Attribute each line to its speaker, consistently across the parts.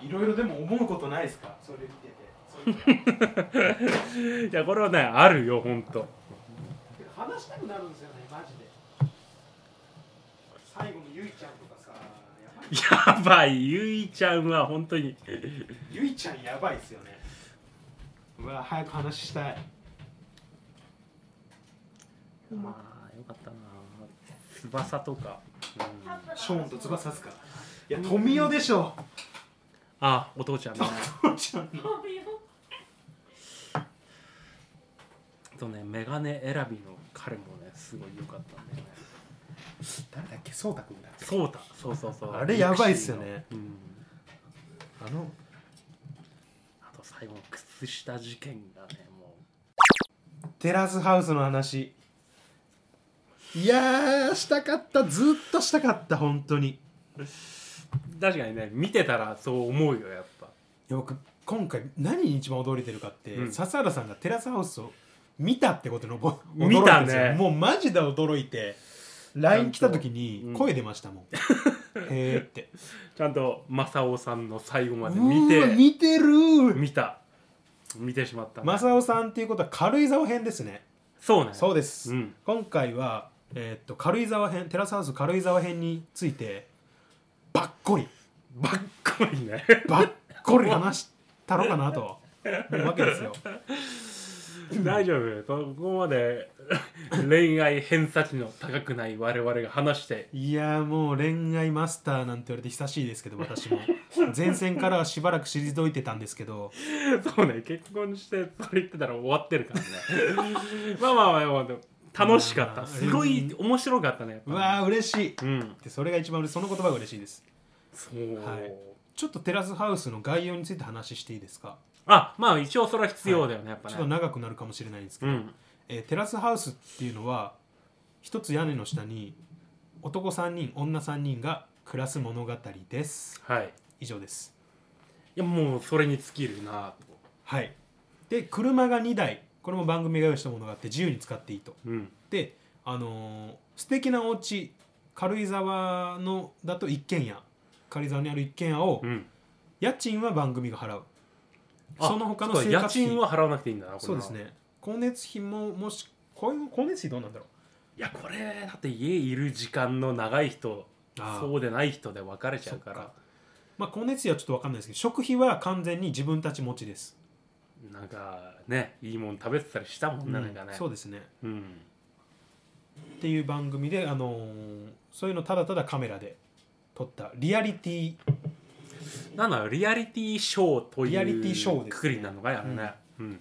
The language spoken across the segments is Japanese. Speaker 1: いろいろでも思うことないですかそれ見ててそういうの
Speaker 2: いやこれはねあるよほんと
Speaker 1: 話したくなるんですよねマジで最後のゆいちゃんとかさやばい
Speaker 2: やばいゆいちゃんは本当に
Speaker 1: ゆいちゃんやばいっすよねうわ早く話したい
Speaker 2: まあよかったな翼とか、うん
Speaker 1: ショーンと翼っすかいや富代でしょ
Speaker 2: あお父ちゃんね
Speaker 1: 富代ちゃんの
Speaker 2: あとねメガネ選びの彼もねすごい良かったんだよね
Speaker 1: 誰だっけそうたくんだ
Speaker 2: そうたそうそうそう
Speaker 1: あれやばいっすよね
Speaker 2: ミクシィ
Speaker 1: あ
Speaker 2: のうん
Speaker 1: の
Speaker 2: あと最後の靴下事件がねも
Speaker 1: テラスハウスの話いやーしたかったずーっとしたかった本当に
Speaker 2: う確かにね見てたらそう思うよやっぱ
Speaker 1: いや僕今回何に一番驚いてるかって、
Speaker 2: うん
Speaker 1: 笹原さんがテラスハウスを見たってことのぼ驚い
Speaker 2: 見たね
Speaker 1: んですよもうマジで驚いて LINE 来た時に
Speaker 2: うん
Speaker 1: 声出ました もん、へーって
Speaker 2: ちゃんと正雄さんの最後まで見て
Speaker 1: うーわ見てるー
Speaker 2: 見た見てしまったね、
Speaker 1: 正雄さんっていうことは軽井沢編ですね
Speaker 2: そうね
Speaker 1: そう
Speaker 2: で
Speaker 1: です、
Speaker 2: うん
Speaker 1: 今回は、えーっと軽井沢編テラスハウス軽井沢編についてばっこり
Speaker 2: ばっこりね
Speaker 1: ばっこり話したろうかなと思うわけですよ
Speaker 2: 大丈夫ここまで 恋愛偏差値の高くない我々が話して
Speaker 1: いやーもう恋愛マスターなんて言われて久しいですけど私も前線からはしばらく退いてたんですけど
Speaker 2: そうね結婚してそれ言ってたら終わってるからね まあまあまあ、まあでも楽しかっ
Speaker 1: まあ
Speaker 2: た
Speaker 1: まあ
Speaker 2: すごい面白かったねやっぱ
Speaker 1: うわー嬉しい
Speaker 2: うん
Speaker 1: でそれが一番嬉しいその言葉が嬉しいです
Speaker 2: そう、
Speaker 1: はいちょっとテラスハウスの概要について話していいですか、
Speaker 2: あまあ一応それは必要だよね、やっぱ
Speaker 1: ち
Speaker 2: ね
Speaker 1: ょっと長くなるかもしれないんですけ
Speaker 2: う
Speaker 1: ど、
Speaker 2: ん
Speaker 1: えーテラスハウスっていうのは一つ屋根の下に男3人女3人が暮らす物語です
Speaker 2: はいい
Speaker 1: 以上です
Speaker 2: やもうそれに尽きるなと
Speaker 1: はいで車が2台これも番組が用意したものがあって自由に使っていいと
Speaker 2: うん
Speaker 1: であのー素敵なお家軽井沢のだと一軒家軽井沢にある一軒家を、
Speaker 2: うん
Speaker 1: 家賃は番組が払う
Speaker 2: あ
Speaker 1: その他の
Speaker 2: そう
Speaker 1: 生
Speaker 2: か家
Speaker 1: 活費
Speaker 2: 賃は払わなくていいんだなこれは
Speaker 1: そうですね光熱費ももしこういう光熱費どうなんだろう
Speaker 2: いやこれだって家いる時間の長い人
Speaker 1: あー
Speaker 2: そうでない人で分かれちゃうから
Speaker 1: そっまあ光熱費はちょっと分かんないですけど食費は完全に自分たち持ちです、
Speaker 2: なんかねいいもん食べてたりしたもんね、なんかね
Speaker 1: そうですね
Speaker 2: うん
Speaker 1: っていう番組で、あのーそういうのただただカメラで撮ったリアリティ
Speaker 2: なんだろうリアリティショーという
Speaker 1: リアリティショーですね
Speaker 2: くくりなのかやるねうん、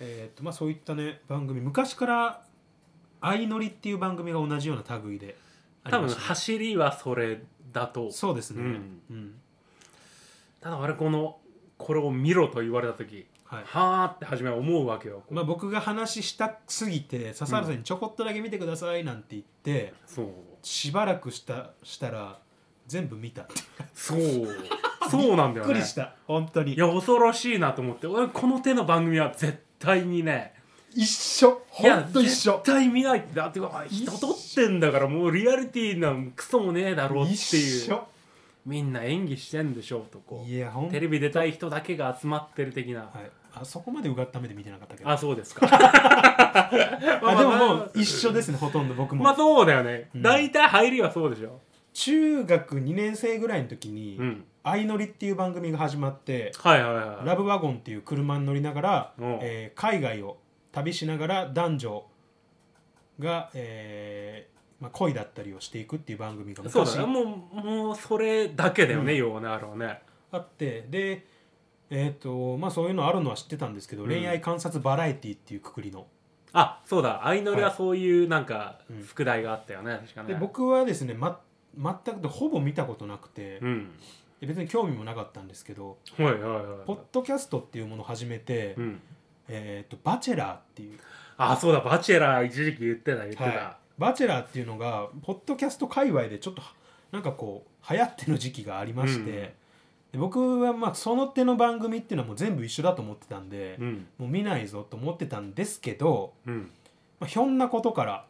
Speaker 1: えーっとまあ、そういったね番組昔から「相乗り」っていう番組が同じような類であり
Speaker 2: 多
Speaker 1: ま
Speaker 2: 分
Speaker 1: したね
Speaker 2: 走りはそれだと
Speaker 1: そうですね、
Speaker 2: う
Speaker 1: うんん
Speaker 2: ただ俺このこれを見ろと言われた時
Speaker 1: はい
Speaker 2: はあって初めは思うわけよ、
Speaker 1: まあ、僕が話したすぎて笹原さんにちょこっとだけ見てくださいなんて言って、
Speaker 2: そう
Speaker 1: しばらくしたしたら全部見たって
Speaker 2: そうそうなん
Speaker 1: びっ
Speaker 2: だよ
Speaker 1: く
Speaker 2: ね
Speaker 1: りした本当
Speaker 2: い
Speaker 1: に
Speaker 2: や恐ろしいなと思って俺この手の番組は絶対にね
Speaker 1: 一緒
Speaker 2: いや
Speaker 1: 本当一緒
Speaker 2: 絶対見ないってだってうわ人撮ってんだからもうリアリティなんクソもねえだろうってい
Speaker 1: 一
Speaker 2: う
Speaker 1: 緒
Speaker 2: みんな演技してんでしょうとこ
Speaker 1: いや本当
Speaker 2: テレビ出たい人だけが集まってる的な、
Speaker 1: はい、あそこまでうがった目で見てなかったけどあ
Speaker 2: あそうですか あ
Speaker 1: でももう一緒ですねほとんど僕も、
Speaker 2: まあそうだよね、
Speaker 1: うん
Speaker 2: 大体入りはそうでしょ
Speaker 1: 中学2年生ぐらいの時に
Speaker 2: うん
Speaker 1: 「相乗り」っていう番組が始まって、
Speaker 2: はいはいはい
Speaker 1: ラブワゴンっていう車に乗りながら、
Speaker 2: うん
Speaker 1: えー海外を旅しながら男女が、えーまあ、恋だったりをしていくっていう番組が
Speaker 2: そうだ
Speaker 1: 昔
Speaker 2: ね
Speaker 1: あ
Speaker 2: もうもうそれだけだよね、ようなあれはね
Speaker 1: ってで、えーとまあ、そういうのあるのは知ってたんですけど、
Speaker 2: うん
Speaker 1: 恋愛観察バラエティっていうくくりの
Speaker 2: あそうだ相乗りは
Speaker 1: は
Speaker 2: そういうなんか
Speaker 1: うん
Speaker 2: 副題があったよね、確かね
Speaker 1: で僕はですね、ま、全くほぼ見たことなくて、
Speaker 2: うん
Speaker 1: で別に興味もなかったんですけど
Speaker 2: はいはいはい
Speaker 1: ポッドキャストっていうものを始めて「
Speaker 2: うん、
Speaker 1: えー、とバチェラー」っていう
Speaker 2: あそうだ「バチェラー」一時期言ってた言ってた、
Speaker 1: はい、バチェラーっていうのがポッドキャスト界隈でちょっとはなんかこう流行ってる時期がありまして、
Speaker 2: うん
Speaker 1: で僕はまあその手の番組っていうのはもう全部一緒だと思ってたんで、
Speaker 2: うん
Speaker 1: もう見ないぞと思ってたんですけど、
Speaker 2: うん
Speaker 1: まあ、ひょんなことから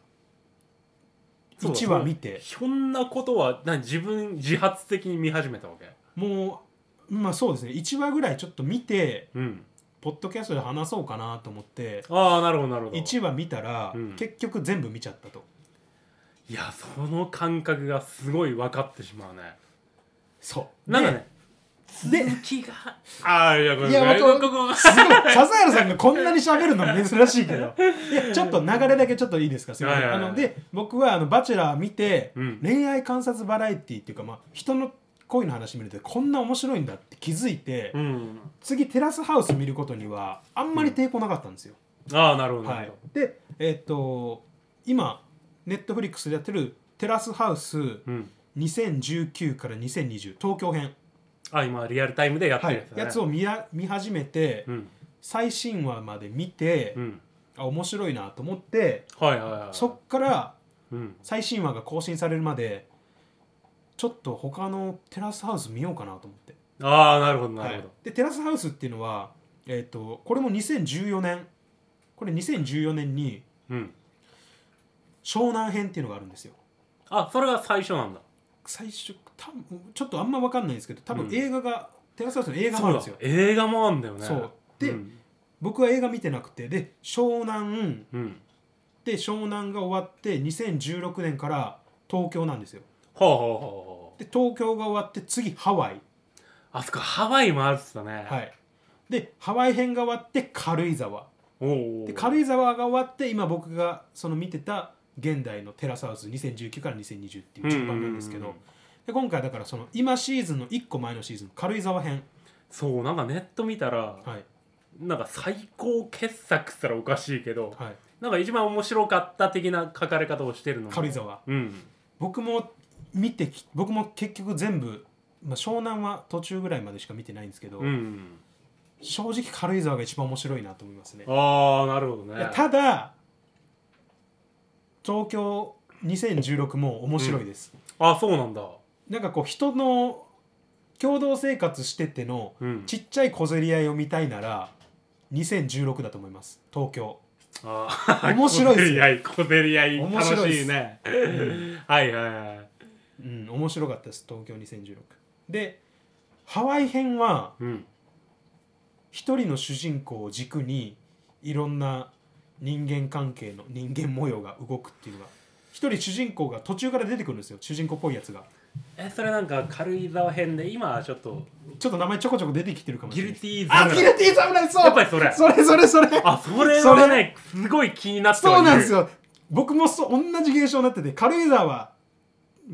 Speaker 2: そうだ
Speaker 1: 1話見て
Speaker 2: ひょんなことは何自分自発的に見始めたわけ
Speaker 1: もうまあそうですね1話ぐらいちょっと見て
Speaker 2: うん
Speaker 1: ポッドキャストで話そうかなと思って
Speaker 2: ああなるほどなるほど
Speaker 1: 1話見たら、
Speaker 2: うん
Speaker 1: 結局全部見ちゃったと
Speaker 2: いやその感覚がすごい分かってしまうね
Speaker 1: そう
Speaker 2: なんかね
Speaker 1: で
Speaker 2: 続きがああいやこれ
Speaker 1: いや
Speaker 2: 外
Speaker 1: 僕
Speaker 2: 国語が
Speaker 1: すごい笹原さんがこんなに喋るの珍しいけどいやちょっと流れだけちょっといいですかすいません
Speaker 2: はい
Speaker 1: あ
Speaker 2: はいはい
Speaker 1: ので僕はあの「バチェラー」見て、
Speaker 2: うん
Speaker 1: 恋愛観察バラエティっていうか、まあ、人の恋の話見るとこんな面白いんだって気づいて、
Speaker 2: うん
Speaker 1: 次テラスハウス見ることにはあんまり抵抗なかったんですよ、
Speaker 2: ああなるほどな
Speaker 1: は
Speaker 2: る
Speaker 1: い
Speaker 2: ほ、
Speaker 1: でえっと今ネットフリックスでやってる「テラスハウス
Speaker 2: どうん
Speaker 1: 2019から2020東京編」
Speaker 2: あ今リアルタイムでやって
Speaker 1: は
Speaker 2: る
Speaker 1: い
Speaker 2: やつだね
Speaker 1: やつを見や見始めて、
Speaker 2: うん
Speaker 1: 最新話まで見て、
Speaker 2: うん
Speaker 1: あ面白いなと思って
Speaker 2: はいはいはい
Speaker 1: そっから
Speaker 2: うん
Speaker 1: 最新話が更新されるまでちょっと他のテラスハウス見ようかなと思って
Speaker 2: ああなるほどなる
Speaker 1: はいでテラスハウスっていうのは、えっとこれも2014年これ2014年に
Speaker 2: ほどうん
Speaker 1: 湘南編っていうのがあるんですよ
Speaker 2: あそれが最初なんだ
Speaker 1: 最初多分ちょっとあんま分かんないんですけど多
Speaker 2: う
Speaker 1: 分
Speaker 2: ん
Speaker 1: 映画が、テラスハウスの映画もあるんですよ
Speaker 2: そうだ映画もあんだよね
Speaker 1: そうで、
Speaker 2: うん
Speaker 1: 僕は映画見てなくてで湘南
Speaker 2: うん
Speaker 1: で湘南が終わって2016年から東京なんですよ
Speaker 2: ほうほうほうほう
Speaker 1: で東京が終わって次ハワイ、
Speaker 2: あそこハワイもあるっつったね
Speaker 1: はい、でハワイ編が終わって軽井沢
Speaker 2: おうおう
Speaker 1: で軽井沢が終わって今僕がその見てた現代のテラスハウス2019から2020っていう順番なんですけど、
Speaker 2: うんうんうん
Speaker 1: で今回だからその今シーズンの1個前のシーズン軽井沢編、
Speaker 2: そうなんかネット見たら
Speaker 1: はい
Speaker 2: なんか最高傑作っつったらおかしいけど
Speaker 1: はい、
Speaker 2: なんか一番面白かった的な書かれ方をしてるの
Speaker 1: 軽井沢
Speaker 2: うん
Speaker 1: 僕も見てき僕も結局全部、まあ、湘南は途中ぐらいまでしか見てないんですけど、
Speaker 2: うん
Speaker 1: 正直軽井沢が一番面白いなと思いますね
Speaker 2: ああなるほど
Speaker 1: いや
Speaker 2: ね
Speaker 1: ただ東京2016も面白いです、
Speaker 2: あそうなんだ
Speaker 1: なんかこう人の共同生活してての
Speaker 2: うん
Speaker 1: ちっちゃい小競り合いを見たいなら2016だと思います東京
Speaker 2: あー
Speaker 1: 面白いっすよ
Speaker 2: 小競り合い小競り合い
Speaker 1: 面白
Speaker 2: 楽
Speaker 1: いっ
Speaker 2: しい
Speaker 1: す
Speaker 2: ね
Speaker 1: ん
Speaker 2: はいはいはい
Speaker 1: うん面白かったです東京2016でハワイ編は
Speaker 2: うん
Speaker 1: 一人の主人公を軸にいろんな人間関係の人間模様が動くっていうのが一人主人公が途中から出てくるんですよ主人公っぽいやつが
Speaker 2: えそれなんか軽井沢編で今はちょっと
Speaker 1: ちょっと名前ちょこちょこ出てきてるかもし
Speaker 2: ギ
Speaker 1: れな
Speaker 2: ル
Speaker 1: い
Speaker 2: ティー
Speaker 1: あ、
Speaker 2: ム
Speaker 1: ギルティー侍そう
Speaker 2: やっぱりそれ
Speaker 1: それそれそ れ
Speaker 2: あそれはねすごい気になっては
Speaker 1: そ
Speaker 2: い
Speaker 1: う
Speaker 2: る
Speaker 1: なんですよ僕もそう同じ現象になってて軽井沢は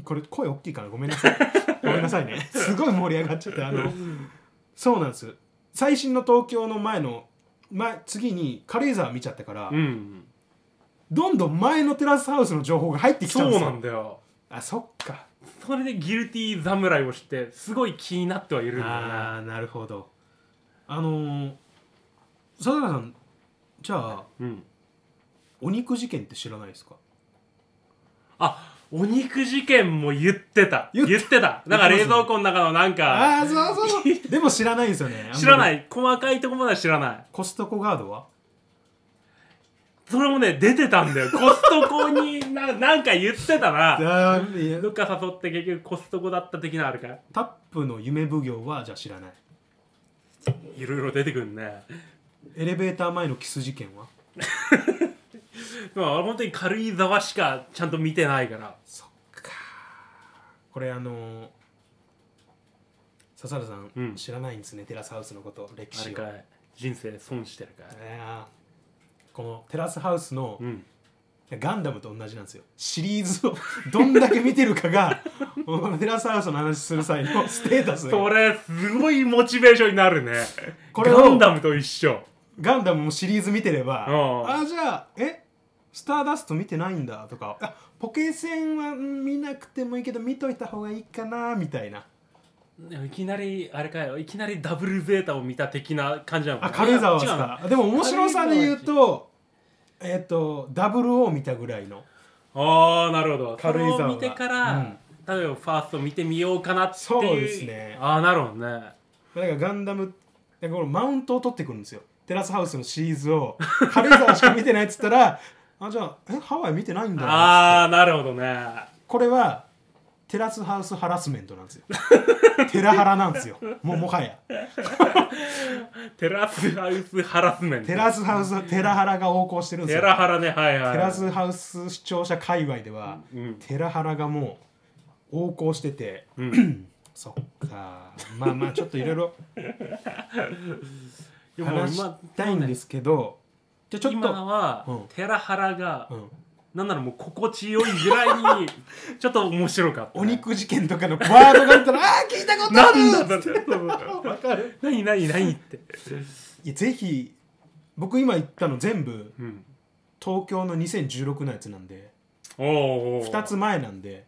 Speaker 1: これ声大きいからごめんなさ いごめんなさいねすごい盛り上がっちゃってあのそうなんです最新の東京の前の前次に軽井沢見ちゃったから、
Speaker 2: うん
Speaker 1: どんどん前のテラスハウスの情報が入ってきちゃう
Speaker 2: そ
Speaker 1: んで
Speaker 2: う
Speaker 1: すよ
Speaker 2: なんだよ
Speaker 1: あそっか
Speaker 2: それでギルティー侍を知ってすごい気になってはいるんだよね
Speaker 1: ああなるほどあのー、佐々木さんじゃあ
Speaker 2: うん
Speaker 1: お肉事件って知らないですか
Speaker 2: あお肉事件も言ってた
Speaker 1: 言
Speaker 2: 言
Speaker 1: っ
Speaker 2: っててたなんか冷蔵庫の中のなんか
Speaker 1: ああそうそうそうでも知らないんですよねあんまり
Speaker 2: 知らない細かいとこまでは知らない
Speaker 1: コストコガードは
Speaker 2: それもね出てたんだよコストコにな なんか言ってたな
Speaker 1: あーいや
Speaker 2: どっか誘って結局コストコだった的なあるか
Speaker 1: タップの夢奉行はじゃあ知らない
Speaker 2: いろいろ出てくるね
Speaker 1: エレベーター前のキス事件は
Speaker 2: でも本当に軽井沢しかちゃんと見てないから
Speaker 1: そっかこれあのー、笹原さん、
Speaker 2: うん
Speaker 1: 知らないんですねテラスハウスのこと歴
Speaker 2: あ
Speaker 1: 史
Speaker 2: れ
Speaker 1: を
Speaker 2: かい人生損してるかい
Speaker 1: いやーこのテラスハウスの
Speaker 2: うん
Speaker 1: ガンダムと同じなんですよシリーズをどんだけ見てるかが このテラスハウスの話する際のステータス
Speaker 2: それすごいモチベーションになるね
Speaker 1: これを
Speaker 2: ガンダムと一緒
Speaker 1: ガンダムもシリーズ見てれば、
Speaker 2: うん
Speaker 1: あじゃあえスターダスト見てないんだとかあポケセンはうん見なくてもいいけど見といた方がいいかなみたいな
Speaker 2: でもいきなりあれかよいきなりダブルゼータを見た的な感じなのか
Speaker 1: あ
Speaker 2: な
Speaker 1: 軽井沢は
Speaker 2: 違うの
Speaker 1: さでも面白さで言うとえっ、とダブルを見たぐらいの
Speaker 2: ああなるほど
Speaker 1: 軽井沢は
Speaker 2: それを見てから、例えばファースト見てみようかなっていう
Speaker 1: そうですね
Speaker 2: ああなるほどね
Speaker 1: だからガンダムだからこのマウントを取ってくるんですよテラスハウスのシリーズを軽井沢しか見てないっつった らあじゃあえハワイ見てないんだ
Speaker 2: ああなるほどね
Speaker 1: これはテラスハウスハラスメントなんですよテラハラなんですよもうもはや
Speaker 2: テラスハウスハラスメント
Speaker 1: テラスハウステラハラが横行してるんです
Speaker 2: テ
Speaker 1: よ
Speaker 2: ラハラねはいはい
Speaker 1: テラスハウス視聴者界隈では、
Speaker 2: うん
Speaker 1: テラハラがもう横行してて
Speaker 2: うん
Speaker 1: そっかまあまあちょっといろいろ
Speaker 2: でも
Speaker 1: 話したいんですけどじゃあちょっ
Speaker 2: 今
Speaker 1: と、
Speaker 2: は、
Speaker 1: うん
Speaker 2: テラハラが、
Speaker 1: うん、
Speaker 2: なんならもう心地よいぐらいにちょっと面白かった
Speaker 1: お肉事件とかのワードがあった らああ聞いたことある
Speaker 2: なんだなんだ
Speaker 1: わかる
Speaker 2: 何何何って
Speaker 1: いやぜひ僕今言ったの全部
Speaker 2: うん
Speaker 1: 東京の2016のやつなんで
Speaker 2: おーおー
Speaker 1: 2つ前なんで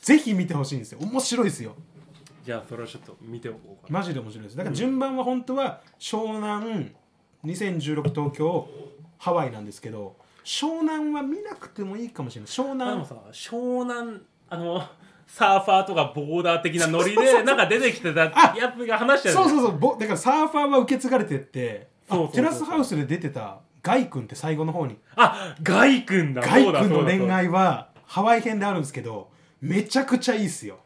Speaker 1: ぜひ見てほしいんですよ面白いですよ
Speaker 2: じゃあそれをちょっと見ておこうかな
Speaker 1: マジで面白いですだから順番は本当は湘南2016東京ハワイなんですけど湘南は見なくてもいいかもしれない湘
Speaker 2: で
Speaker 1: 南
Speaker 2: もさ湘南あのサーファーとかボーダー的なノリでなんか出てきてたやつが話してた
Speaker 1: そう
Speaker 2: う
Speaker 1: そうそうぼだからサーファーは受け継がれてってあ
Speaker 2: そうそうそうそう
Speaker 1: テラスハウスで出てたガイ君って最後の方に
Speaker 2: あガイ君だ
Speaker 1: ガイ
Speaker 2: そうだ
Speaker 1: 君の
Speaker 2: そうだそう
Speaker 1: 恋
Speaker 2: だ
Speaker 1: 愛はハワイ編であるんですけどめちゃくちゃいいっすよ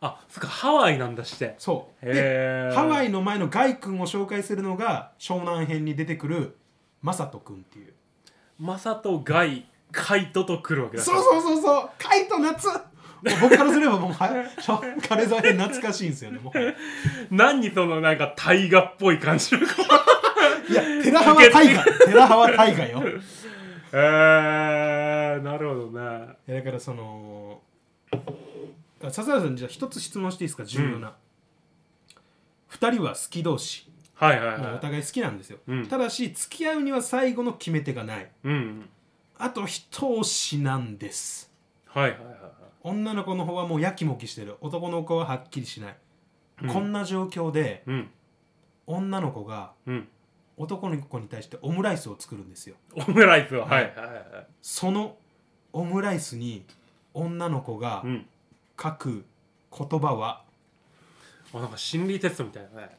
Speaker 2: あそっかハワイなんだして
Speaker 1: そうで
Speaker 2: へえ
Speaker 1: ハワイの前のガイ君を紹介するのが湘南編に出てくるマサト君っていう
Speaker 2: マサとガイカイトと来るわけだ
Speaker 1: そうそうそうそうカイト夏もう僕からすればもうはしょ軽井沢編懐かしいんですよねもはや
Speaker 2: 何そのなんか大河っぽい感じの
Speaker 1: いや寺浜大河寺浜大河よ
Speaker 2: えー、なるほどね
Speaker 1: いやだからそのあ笹原さんじゃあ一つ質問していいですか重要な、二人は好き同士
Speaker 2: はいはい
Speaker 1: もうお
Speaker 2: はい
Speaker 1: 互い好きなんですよ、
Speaker 2: うん
Speaker 1: ただし付き合うには最後の決め手がない
Speaker 2: うん
Speaker 1: あと一押しなんです
Speaker 2: はいはいはいはい
Speaker 1: 女の子の方はもうやきもきしてる男の子ははっきりしない、こんな状況で
Speaker 2: うん
Speaker 1: 女の子が
Speaker 2: うん
Speaker 1: 男の子に対してオムライスを作るんですよ
Speaker 2: オムライスははいはいはい
Speaker 1: そのオムライスに女の子が
Speaker 2: うん
Speaker 1: 書く言葉は
Speaker 2: あなんか心理テストみたいなね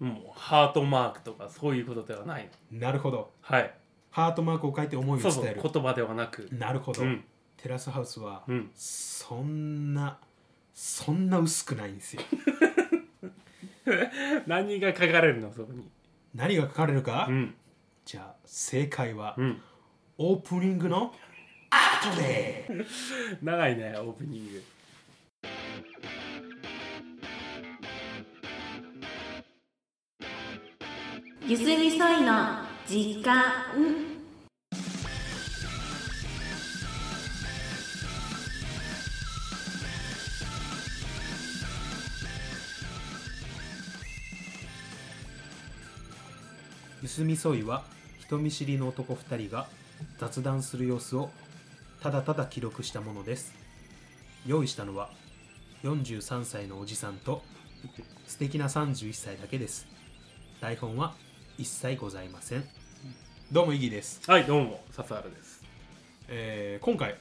Speaker 2: もうハートマークとかそういうことではないの
Speaker 1: なるほど
Speaker 2: はい
Speaker 1: ハートマークを書いて思いを
Speaker 2: そう
Speaker 1: 伝
Speaker 2: そう
Speaker 1: える
Speaker 2: 言葉ではなく
Speaker 1: なるほど、
Speaker 2: うん
Speaker 1: テラスハウスは、
Speaker 2: うん
Speaker 1: そんなそんな薄くないんですよ
Speaker 2: 何が書かれるのそこに
Speaker 1: 何が書かれるか、
Speaker 2: うん
Speaker 1: じゃあ正解は、
Speaker 2: うん
Speaker 1: オープニングの後で
Speaker 2: 長いねオープニング
Speaker 3: ゆすみそいの時間
Speaker 1: ゆすみそいは人見知りの男2人が雑談する様子をただただ記録したものです用意したのは43歳のおじさんと素敵な31歳だけです台本は一切ございませんどうもイギーです、
Speaker 2: はいどうも笹原です
Speaker 1: えー今回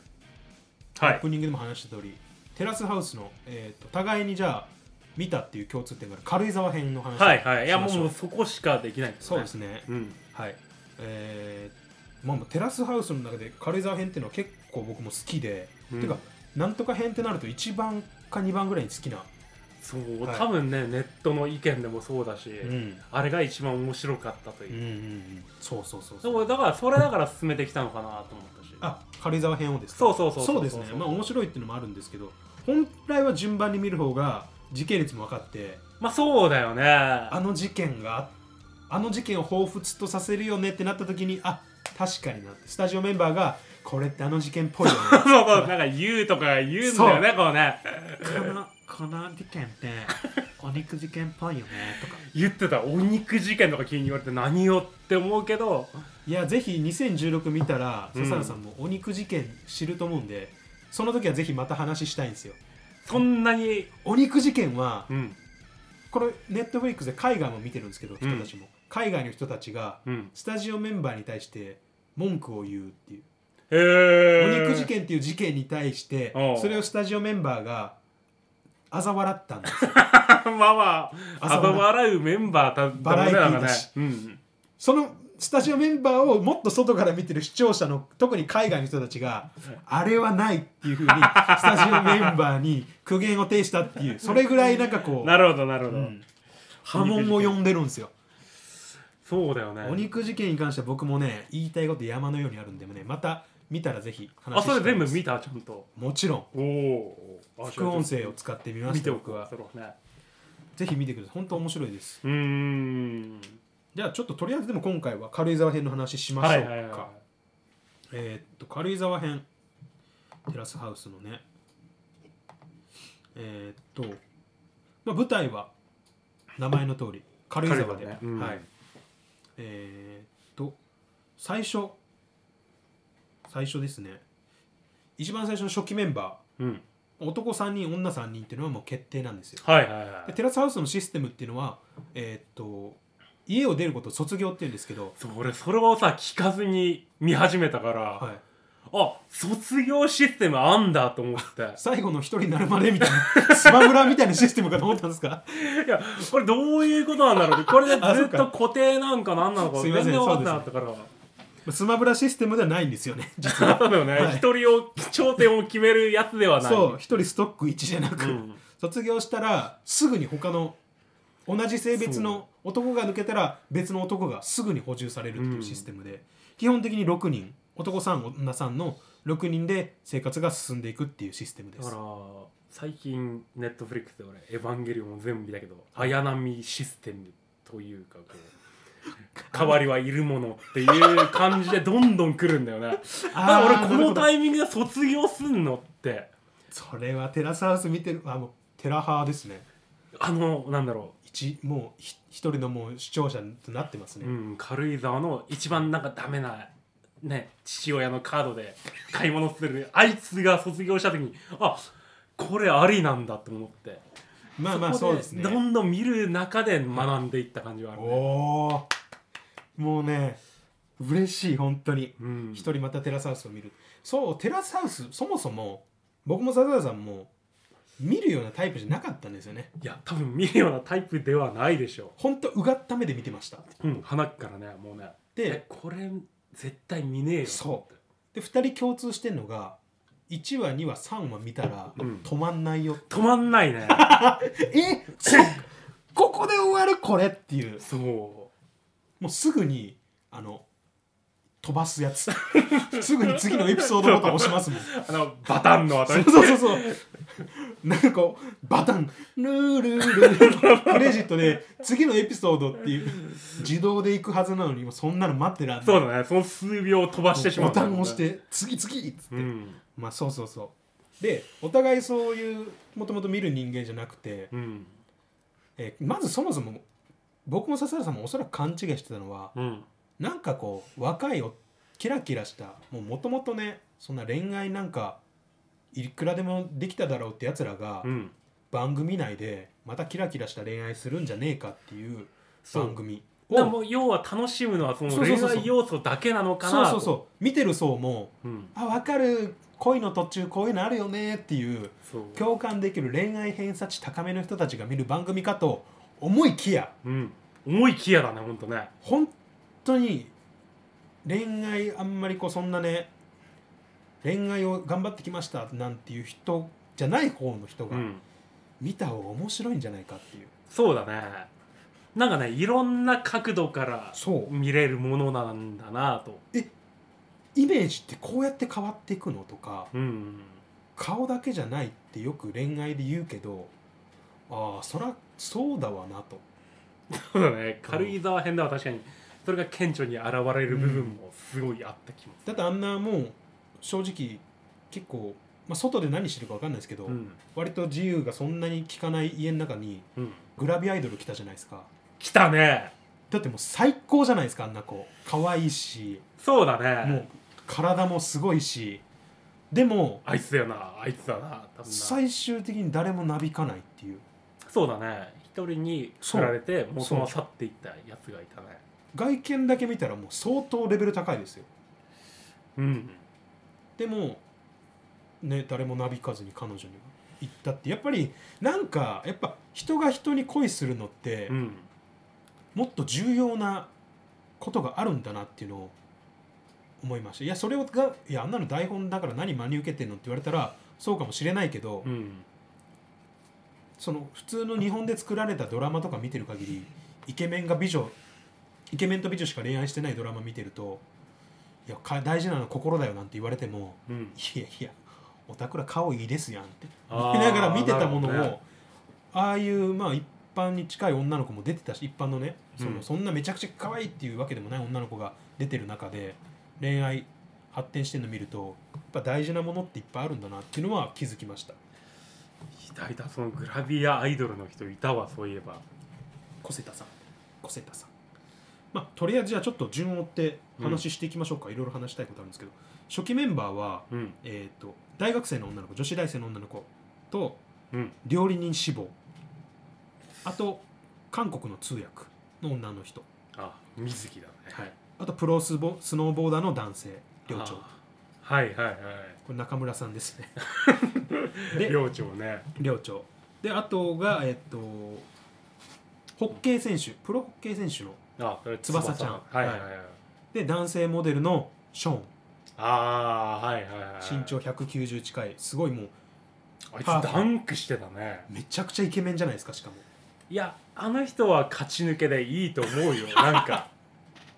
Speaker 2: は
Speaker 1: オー
Speaker 2: い
Speaker 1: プニングでも話した通り、テラスハウスの、えー、と互いにじゃあ見たっていう共通点がある軽井沢編の話
Speaker 2: はいはいいや
Speaker 1: しましょ
Speaker 2: もうそこしかできないけどね
Speaker 1: そうですね
Speaker 2: うん
Speaker 1: はいえーまあ、テラスハウスの中で軽井沢編っていうのは結構僕も好きで、
Speaker 2: うん
Speaker 1: てかなんとか編ってなると1番か2番ぐらいに好きな、
Speaker 2: そう、
Speaker 1: はい
Speaker 2: 多分ねネットの意見でもそうだし、
Speaker 1: ん
Speaker 2: あれが一番面白かったと
Speaker 1: うんう
Speaker 2: い
Speaker 1: ん
Speaker 2: う、
Speaker 1: うん、そうそうそう
Speaker 2: そうだからそれだから進めてきたのかなと思ったし
Speaker 1: あ軽井沢編をですか
Speaker 2: そうそうそう
Speaker 1: そうですねまあ面白いっていうのもあるんですけど本来は順番に見る方が時系列も分かって
Speaker 2: まあそうだよね
Speaker 1: あの事件があの事件を彷彿とさせるよねってなった時にあ確かになってスタジオメンバーがこれってあの事件っぽいよね
Speaker 2: そうそう、なんか言うとか言うんだよね、こうね。
Speaker 1: このこの事件ってお肉事件っぽいよねとか
Speaker 2: 言ってた、お肉事件とか急に言われて何をって思うけど、
Speaker 1: いやぜひ2016見たら
Speaker 2: うん
Speaker 1: 笹原さんもお肉事件知ると思うんで、その時はぜひまた話したいんですよ
Speaker 2: そんなに、
Speaker 1: お肉事件は
Speaker 2: うん、
Speaker 1: これネットフリックスで海外も見てるんですけど
Speaker 2: うん
Speaker 1: 人たちも、海外の人たちが
Speaker 2: うん。
Speaker 1: スタジオメンバーに対して文句を言うっていう
Speaker 2: へー。
Speaker 1: お肉事件っていう事件に対して
Speaker 2: おう
Speaker 1: それをスタジオメンバーが嘲笑ったんですよ
Speaker 2: まあまあ、あ
Speaker 1: 朝の
Speaker 2: ざ笑うメンバーた
Speaker 1: バラエティーだし
Speaker 2: ね。うん。
Speaker 1: そのスタジオメンバーをもっと外から見てる視聴者の特に海外の人たちがあれはないっていう ふうにスタジオメンバーに苦言を呈したっていうそれぐらいなんかこう
Speaker 2: なるほどなるほど、
Speaker 1: ん波紋を呼んでるんですよ。
Speaker 2: そうだよね
Speaker 1: お肉事件に関しては僕もね言いたいこと山のようにあるんでねまた見たらぜひ話
Speaker 2: あ
Speaker 1: して
Speaker 2: それ全部見
Speaker 1: た
Speaker 2: たちゃんと
Speaker 1: もちろん
Speaker 2: おお
Speaker 1: 副音声を使ってみま
Speaker 2: 見
Speaker 1: してた
Speaker 2: おく
Speaker 1: 僕
Speaker 2: わ
Speaker 1: は
Speaker 2: それはね
Speaker 1: ぜひ見てください本当面白いです
Speaker 2: うーん
Speaker 1: じゃあちょっととりあえずでも今回は軽井沢編の話しまし
Speaker 2: は
Speaker 1: ょう
Speaker 2: い
Speaker 1: か、
Speaker 2: はいは
Speaker 1: えーっと軽井沢編テラスハウスのねえーっと、まあ、舞台は名前の通り軽
Speaker 2: い
Speaker 1: 井沢で、
Speaker 2: ねうん
Speaker 1: はいえーっと最初最初ですね一番最初の初期メンバ
Speaker 2: うん
Speaker 1: ー男3人女3人っていうのはもう決定なんですよ
Speaker 2: はいはいは
Speaker 1: で
Speaker 2: い
Speaker 1: テラスハウスのシステムっていうのはえーっと家を出ることを卒業っていうんですけど、
Speaker 2: それそれをさ聞かずに見始めたから、
Speaker 1: はい、
Speaker 2: あ卒業システムあんだと思って
Speaker 1: 最後の一人になるまでみたいな スマブラみたいなシステムかと思ったんですか
Speaker 2: いやこれどういうことなんだ ろうってこれで
Speaker 1: あそ
Speaker 2: ず
Speaker 1: っ
Speaker 2: っ
Speaker 1: か
Speaker 2: と固定なんかなんなのか
Speaker 1: すい
Speaker 2: 全
Speaker 1: ません
Speaker 2: 然分かってなかったから
Speaker 1: スマブラシステムではないん ですよね実は
Speaker 2: そうだよね
Speaker 1: はい
Speaker 2: 一、人を頂点を決めるやつではない
Speaker 1: そう一人ストック1じゃなく、
Speaker 2: うん
Speaker 1: 卒業したらすぐに他の同じ性別の男が抜けたら別の男がすぐに補充されるっていうシステムで、基本的に6人男さん女さんの6人で生活が進んでいくっていうシステムで
Speaker 2: だ
Speaker 1: す
Speaker 2: から最近ネットフリックスで俺「エヴァンゲリオン」も全部見たけど綾波システムというかこう代わりはいるものっていう感じでどんどん来るんだ よねだから
Speaker 1: あー
Speaker 2: 俺こ
Speaker 1: なるほ
Speaker 2: の
Speaker 1: ど
Speaker 2: タイミングで卒業すんのって
Speaker 1: それはテラスハウス見てるあもうテラハーですね
Speaker 2: あのなんだろ
Speaker 1: 一もうひ一人のもう視聴者となってます
Speaker 2: う、
Speaker 1: ね、
Speaker 2: うん、軽井沢の一番なんかダメなね父親のカードで買い物するあいつが卒業した時にあこれありなんだと思って
Speaker 1: まあまあ
Speaker 2: ここ
Speaker 1: そうですね
Speaker 2: どんどん見る中で学んでいった感じはある、ね
Speaker 1: おおもうね嬉しい本当に
Speaker 2: うん
Speaker 1: 一、人またテラスハウスを見るそうテラスハウスそもそも僕も笹田さんも見るようなタイプじゃなかったんですよね
Speaker 2: いや多分見るようなタイプではないでしょ
Speaker 1: ほんとうがった目で見てました
Speaker 2: う、うん、鼻からねもうねえ
Speaker 1: で
Speaker 2: これ絶対見ねえよ
Speaker 1: そうで2人共通してんのが1話2話3話見たら
Speaker 2: うん
Speaker 1: 止まんないよ、
Speaker 2: 止まんな いね
Speaker 1: えそここで終わるこれっていう
Speaker 2: そ
Speaker 1: もうすぐにあの飛ばすやつ すぐに次のエピソードボタン押しますもん
Speaker 2: うあのバタンの後
Speaker 1: そう
Speaker 2: に
Speaker 1: そうそうそう。なんかこうバタンルールールークレジットで次のエピソードっていう自動で行くはずなのにもうそんなの待ってらんない
Speaker 2: そうだねその数秒飛ばしてしまう
Speaker 1: ボ
Speaker 2: んだ
Speaker 1: タ
Speaker 2: よね
Speaker 1: ン押して次次っつって、
Speaker 2: うん
Speaker 1: まあそうそうそうでお互いそういうもともと見る人間じゃなくて、
Speaker 2: うん
Speaker 1: えーまずそもそも僕も笹原さんもおそらく勘違いしてたのは
Speaker 2: うん
Speaker 1: なんかこう若いおキラキラしたもともとねそんな恋愛なんかいくらでもできただろうってやつらが、
Speaker 2: うん
Speaker 1: 番組内でまたキラキラした恋愛するんじゃねえかっていう
Speaker 2: そう
Speaker 1: 番組
Speaker 2: だからもう要は楽しむのはその
Speaker 1: そうそうそう
Speaker 2: 恋
Speaker 1: そう
Speaker 2: 愛要素だけなのか
Speaker 1: そう
Speaker 2: な
Speaker 1: そうそう見てる層も
Speaker 2: う、うん、
Speaker 1: あ分かる恋の途中こういうのあるよねっていう
Speaker 2: そう
Speaker 1: 共感できる恋愛偏差値高めの人たちが見る番組かと思いきや
Speaker 2: うん、思いきやだねほんとね
Speaker 1: 本当に恋愛あんまりこうそんなね恋愛を頑張ってきましたなんていう人じゃない方の人
Speaker 2: う
Speaker 1: が
Speaker 2: ん
Speaker 1: 見た方が面白いんじゃないかっていう
Speaker 2: そうだねなんかねいろんな角度から
Speaker 1: そう
Speaker 2: 見れるものなんだなと
Speaker 1: イメージってこうやって変わっていくのとか
Speaker 2: うん
Speaker 1: 顔だけじゃないってよく恋愛で言うけどああそらそうだわなと
Speaker 2: そうだね軽井沢編では確かにそれが顕著に現れる部分もすごいあった気もす
Speaker 1: だってあんなもう正直結構、まあ、外で何してるか分かんないですけど、
Speaker 2: るうん、
Speaker 1: 割と自由がそんなに効かない家の中に
Speaker 2: うん、
Speaker 1: グラビアアイドル来たじゃないですか
Speaker 2: 来たね
Speaker 1: だってもう最高じゃないですかあんな子可愛いし
Speaker 2: そうだね
Speaker 1: もう体もすごいしでも
Speaker 2: あいつだよなあいつだな多分な
Speaker 1: 最終的に誰もなびかないっていう
Speaker 2: そうだね一人に振られてもうそのまま去っていったやつがいたね
Speaker 1: 外見だけ見たらもう相当レベル高いですよ
Speaker 2: うん
Speaker 1: でもね誰もなびかずに彼女には行ったってやっぱりなんかやっぱ人が人に恋するのって、
Speaker 2: うん
Speaker 1: もっと重要なことがあるんだなっていうのを思いましたいやそれをがいやあんなの台本だから何真に受けてんのって言われたらそうかもしれないけど、
Speaker 2: うん
Speaker 1: その普通の日本で作られたドラマとか見てる限りイケメンが美女イケメンと美女しか恋愛してないドラマ見てるといやか大事なのは心だよなんて言われても
Speaker 2: うん
Speaker 1: いやいやおたくら顔いいですやんって
Speaker 2: あー
Speaker 1: 思いながら見てたものを、
Speaker 2: なるほどね
Speaker 1: ああいうまあ一般に近い女の子も出てたし一般のねその、
Speaker 2: うん
Speaker 1: そんなめちゃくちゃ可愛いっていうわけでもない女の子が出てる中で恋愛発展してるの見るとやっぱ大事なものっていっぱいあるんだなっていうのは気づきました
Speaker 2: 左だそのグラビアアイドルの人いたわそういえば
Speaker 1: 小瀬田さん小瀬田さんまあとりあえずじゃあちょっと順を追って話していきましょうか、いろいろ話したいことあるんですけど初期メンバーは、
Speaker 2: うん
Speaker 1: えー、と大学生の女の子女子大生の女の子と
Speaker 2: うん
Speaker 1: 料理人志望あと韓国の通訳の女の人、
Speaker 2: あ水木だね
Speaker 1: はい、あとプロスボスノーボーダーの男性寮長
Speaker 2: あはいはいは
Speaker 1: これ中村さんですね
Speaker 2: い
Speaker 1: で
Speaker 2: 寮長ね
Speaker 1: 寮長であとがえっ、とホッケー選手プロホッケー選手の
Speaker 2: あそれ
Speaker 1: 翼ちゃん
Speaker 2: はいはいはい
Speaker 1: で男性モデルのショーン
Speaker 2: ああはいはいはい
Speaker 1: 身長190近いすごいもう
Speaker 2: あいつ
Speaker 1: ハーフ
Speaker 2: ダンクしてたね
Speaker 1: めちゃくちゃイケメンじゃないですかしかも
Speaker 2: いやあの人は勝ち抜けでいいと思う よなんか、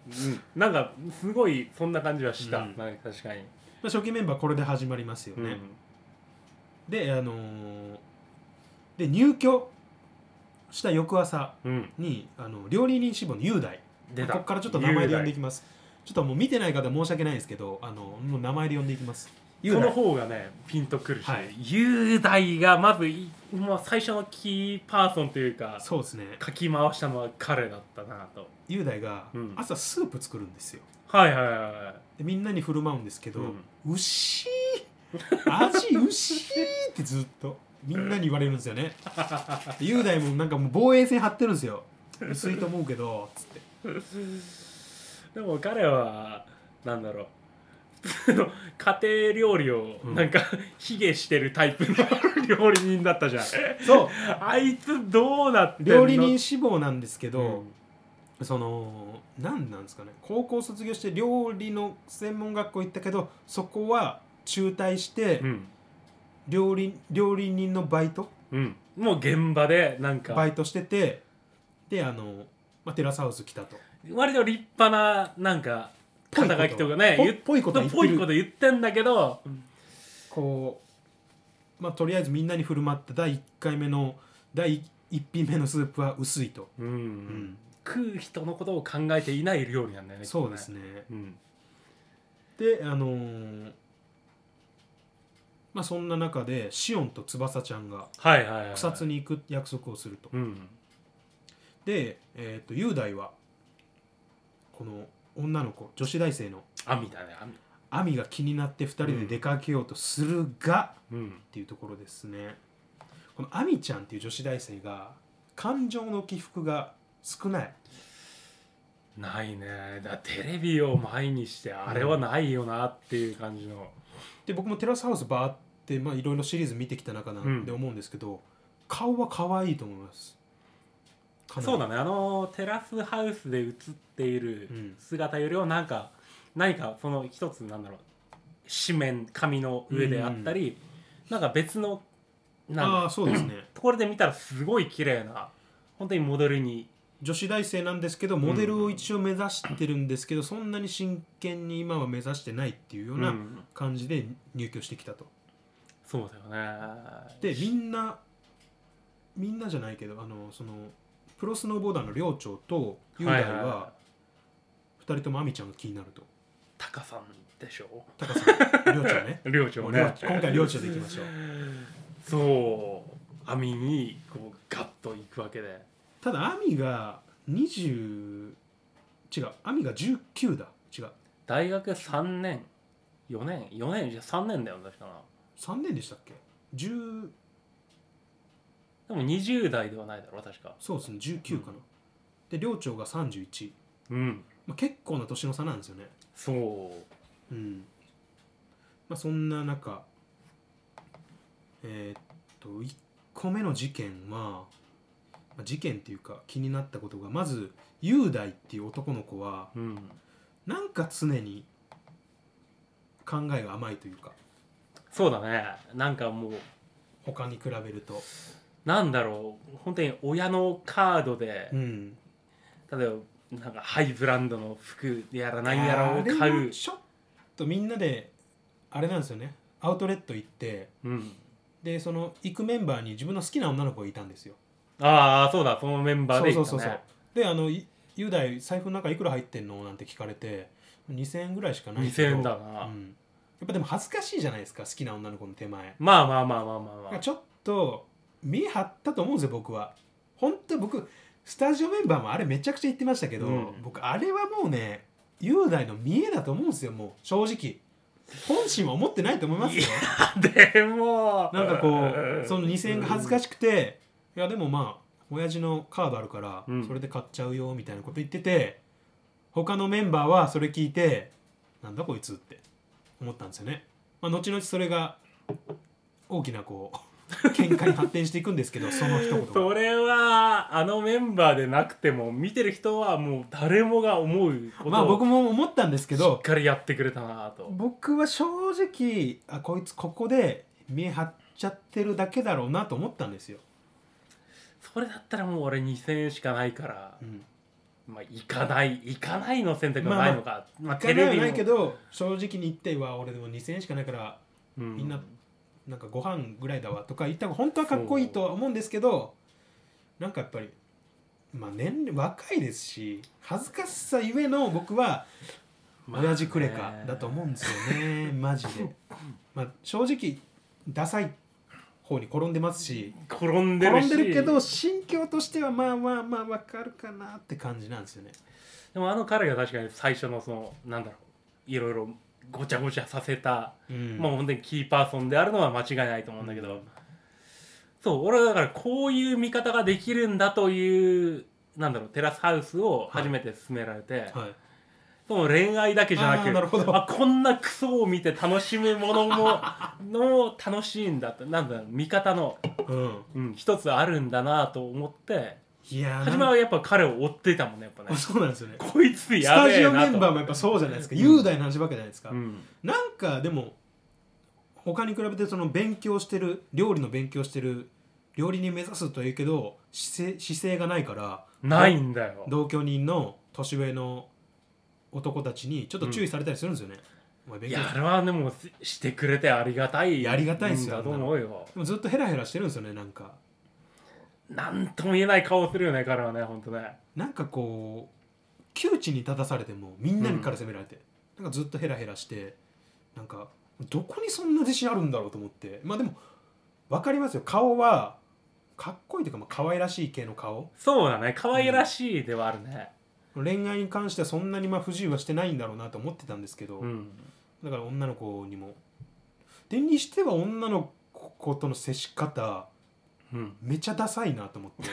Speaker 2: うん、なんかすごいそんな感じはした、
Speaker 1: うん
Speaker 2: なんか確かに、
Speaker 1: まあ初期メンバーこれで始まりますよ
Speaker 2: うん
Speaker 1: ね、であのーで入居した翌朝
Speaker 2: うん
Speaker 1: にあの料理人志望の雄大
Speaker 2: 出た
Speaker 1: ここからちょっと名前で呼んでい
Speaker 2: き
Speaker 1: きますちょっともう見てない方申し訳ないですけどあのもう名前で呼んでいきます
Speaker 2: その方がねピンとくるし、
Speaker 1: はい
Speaker 2: 雄大がまずい、まあ、最初のキーパーソンというか
Speaker 1: そうですね
Speaker 2: かき回したのは彼だったなと
Speaker 1: 雄大が
Speaker 2: うん
Speaker 1: 朝スープ作るんですよ
Speaker 2: はいはいはいはい
Speaker 1: でみんなに振る舞うんですけど
Speaker 2: うん
Speaker 1: 「牛味牛」ってずっとみんなに言われるんですよねで雄大もなんかもう防衛線張ってるんですよ薄いと思うけどつって
Speaker 2: でも彼はなんだろう 普通の家庭料理を
Speaker 1: うん
Speaker 2: なんか卑下してるタイプの料理人だったじゃん
Speaker 1: そう
Speaker 2: あいつどうなってんの
Speaker 1: 料理人志望なんですけ
Speaker 2: う
Speaker 1: ど、その何なんですかね高校卒業して料理の専門学校行ったけどそこは中退して
Speaker 2: んうん、
Speaker 1: 料理料理人のバイト
Speaker 2: うん、もう現場でなん
Speaker 1: バ
Speaker 2: か
Speaker 1: イトしててであの、まあ、テラスハウス来たと
Speaker 2: 割と立派ななんか肩書きとかね
Speaker 1: ぽい
Speaker 2: 言っ
Speaker 1: ぽいこと言ってる
Speaker 2: ぽいこと言ってんだけど、
Speaker 1: こう、まあ、とりあえずみんなに振る舞った第1回目の第1品目のスープは薄いと、
Speaker 2: うん
Speaker 1: うん
Speaker 2: 食う人のことを考えていない料理なんだよね
Speaker 1: そうです
Speaker 2: ね、
Speaker 1: ね
Speaker 2: うん
Speaker 1: であのーまあそんな中でシオンと翼ちゃんが
Speaker 2: はいはい、はい、
Speaker 1: 草津に行く約束をすると
Speaker 2: うん
Speaker 1: で、えー、と雄大はこの女の子女子大生の
Speaker 2: 網だね網
Speaker 1: 亜美が気になって2人で出かけようとするが、
Speaker 2: うん
Speaker 1: っていうところですねこの亜美ちゃんっていう女子大生が感情の起伏が少ない
Speaker 2: ないねだテレビを前にしてあれはないよなっていう感じの、
Speaker 1: で僕もテラスハウスバーってまあいろいろシリーズ見てきた中なんで
Speaker 2: うん
Speaker 1: 思うんですけど、顔は可愛いと思いますかなり
Speaker 2: そうだねあのテラスハウスで映っている
Speaker 1: うん
Speaker 2: 姿よりはなんか何かその一つなんだろう紙面紙の上であったり、なんか別のなん
Speaker 1: ああ
Speaker 2: だ
Speaker 1: そうですね
Speaker 2: ところで見たらすごい綺麗な本当にモデルに
Speaker 1: 女子大生なんですけどモデルを一応目指してるんですけど、そんなに真剣に今は目指してないっていうよう
Speaker 2: う
Speaker 1: なん感じで入居してきたと、
Speaker 2: そうだよね
Speaker 1: でみんなみんなじゃないけどあのそのプロスノーボーダーの寮長と雄大
Speaker 2: い
Speaker 1: は2人とも亜美ちゃんが気になると
Speaker 2: タカさんでしょ
Speaker 1: 高さん寮長ね
Speaker 2: 寮長ね
Speaker 1: もう寮今回寮長でいきましょう
Speaker 2: そう網にこうガッといくわけで
Speaker 1: ただ亜美が20違う亜美が19だ違う
Speaker 2: 大学3年4年4年じゃ3年だよ確かな
Speaker 1: 3年でしたっけ10
Speaker 2: でも20代ではないだろ確か
Speaker 1: そうですね19かな、
Speaker 2: うん
Speaker 1: で寮長が31、
Speaker 2: うん
Speaker 1: まあ、結構な年の差なんですよね
Speaker 2: そ
Speaker 1: う
Speaker 2: う
Speaker 1: んまあそんな中えーっと1個目の事件はまあ事件っていうか気になったことがまず雄大っていう男の子は
Speaker 2: うん
Speaker 1: なんか常に考えが甘いというか
Speaker 2: そうだねなんかもう
Speaker 1: 他に比べると、
Speaker 2: なんだろう本当に親のカードで、
Speaker 1: うん、
Speaker 2: 例えばなんかハイブランドの服やら何やらを買
Speaker 1: あれも
Speaker 2: う、
Speaker 1: ちょっとみんなであれなんですよねアウトレット行って
Speaker 2: うん、
Speaker 1: でその行くメンバーに自分の好きな女の子がいたんですよ
Speaker 2: ああそうだそのメンバーでいた
Speaker 1: そうそ
Speaker 2: ね
Speaker 1: うそうそうであのい雄大財布の中いくら入ってんのなんて聞かれて2000円ぐらいしかないけど
Speaker 2: 2000円だな
Speaker 1: うん、やっぱでも恥ずかしいじゃないですか好きな女の子の手前
Speaker 2: まあまあまあまあまあまあ
Speaker 1: ちょっと見張ったと思うんですよ僕は本当僕スタジオメンバーもあれめちゃくちゃ言ってましたけど、
Speaker 2: うん
Speaker 1: 僕あれはもうね雄大の見えだと思うんですよもう正直本心は思ってないと思いますよ
Speaker 2: でも
Speaker 1: なんかこうその2000円が恥ずか
Speaker 2: しい
Speaker 1: しくて、いやでもまあ親父のカードあるから、
Speaker 2: うん
Speaker 1: それで買っちゃうよみたいなこと言ってて他のメンバーはそれ聞いてなんだこいつって思ったんですよね、まあ、後々それが大きなこう 喧嘩に発展していくんですけどその一言
Speaker 2: そ
Speaker 1: が
Speaker 2: れはあのメンバーでなくても見てる人はもう誰もが思うことを
Speaker 1: まあ僕も思ったんですけ
Speaker 2: しっ
Speaker 1: ど
Speaker 2: かりやってくれたなと
Speaker 1: 僕は正直あこいつここで見え張っちゃってるだけだろうなと思ったんですよ、
Speaker 2: それだったらもう俺2000円しかないから
Speaker 1: う、ん、
Speaker 2: まあ行かない行かないの選択はないのか、まあ
Speaker 1: 行かないは
Speaker 2: の
Speaker 1: ないけど正直に言っては俺でも2000円しかないから
Speaker 2: うん
Speaker 1: みんななんかご飯ぐらいだわとか言った方が本当はかっこいいとは思うんですけどなんかやっぱり、まあ、年齢若いですし恥ずかしさゆえの僕は
Speaker 2: まあね
Speaker 1: 親父くれかだと思うんですよねマジで、まあ、正直ダサい方に転んでますし
Speaker 2: 転んでる
Speaker 1: 転
Speaker 2: し
Speaker 1: んでるけど心境としてはまあまあまあわかるかなって感じなんですよね
Speaker 2: でもあの彼が確かに最初のそのなんだろういろいろごちゃごちゃさせた、
Speaker 1: うん
Speaker 2: もう本当にキーパーソンであるのは間違いないと思うんだけど、そう俺はだからこういう見方ができるんだというなんだろうテラスハウスを初めて勧められて、
Speaker 1: はい
Speaker 2: その恋愛だけじゃな
Speaker 1: あー
Speaker 2: く
Speaker 1: なるほど
Speaker 2: あこんなクソを見て楽しむものもの楽しいんだってなんだろう見方の、
Speaker 1: うん、
Speaker 2: うん、一つあるんだなと思って
Speaker 1: いやー
Speaker 2: 初めはやっぱ彼を追ってたもんねやっぱね
Speaker 1: そうなんですよね
Speaker 2: こいつ
Speaker 1: ス
Speaker 2: や
Speaker 1: タ
Speaker 2: べ
Speaker 1: ジ
Speaker 2: え
Speaker 1: オ
Speaker 2: なと
Speaker 1: メンバーもやっぱそうじゃないですか、
Speaker 2: うん
Speaker 1: 雄大な話ばっかじゃないですか、
Speaker 2: うん
Speaker 1: なんかでも他に比べてその勉強してる料理の勉強してる料理人目指すというけど姿勢姿勢がないから
Speaker 2: ないんだよ
Speaker 1: 同居人の年上の男たちにちょっと注意されたりするんですよね、お前
Speaker 2: い
Speaker 1: 勉強し
Speaker 2: やあれはでもししてくれてありがたい
Speaker 1: いやありがたいっすよ
Speaker 2: んだと思うよ
Speaker 1: でもずっとヘラヘラしてるんですよねなんか
Speaker 2: なんとも言えない顔するよね彼はね本当ね
Speaker 1: なんかこう窮地に立たされてもみんなにから責められて、なんかずっとヘラヘラしてなんかどこにそんな自信あるんだろうと思ってまあでも分かりますよ顔はかっこいいというかまあ可愛らしい系の顔
Speaker 2: そうだね可愛らしいではあるね
Speaker 1: 恋愛に関してはそんなにまあ不自由はしてないんだろうなと思ってたんですけど、
Speaker 2: うん、
Speaker 1: だから女の子にもでにしては女の子との接し方
Speaker 2: うん、
Speaker 1: めちゃダサいなと思って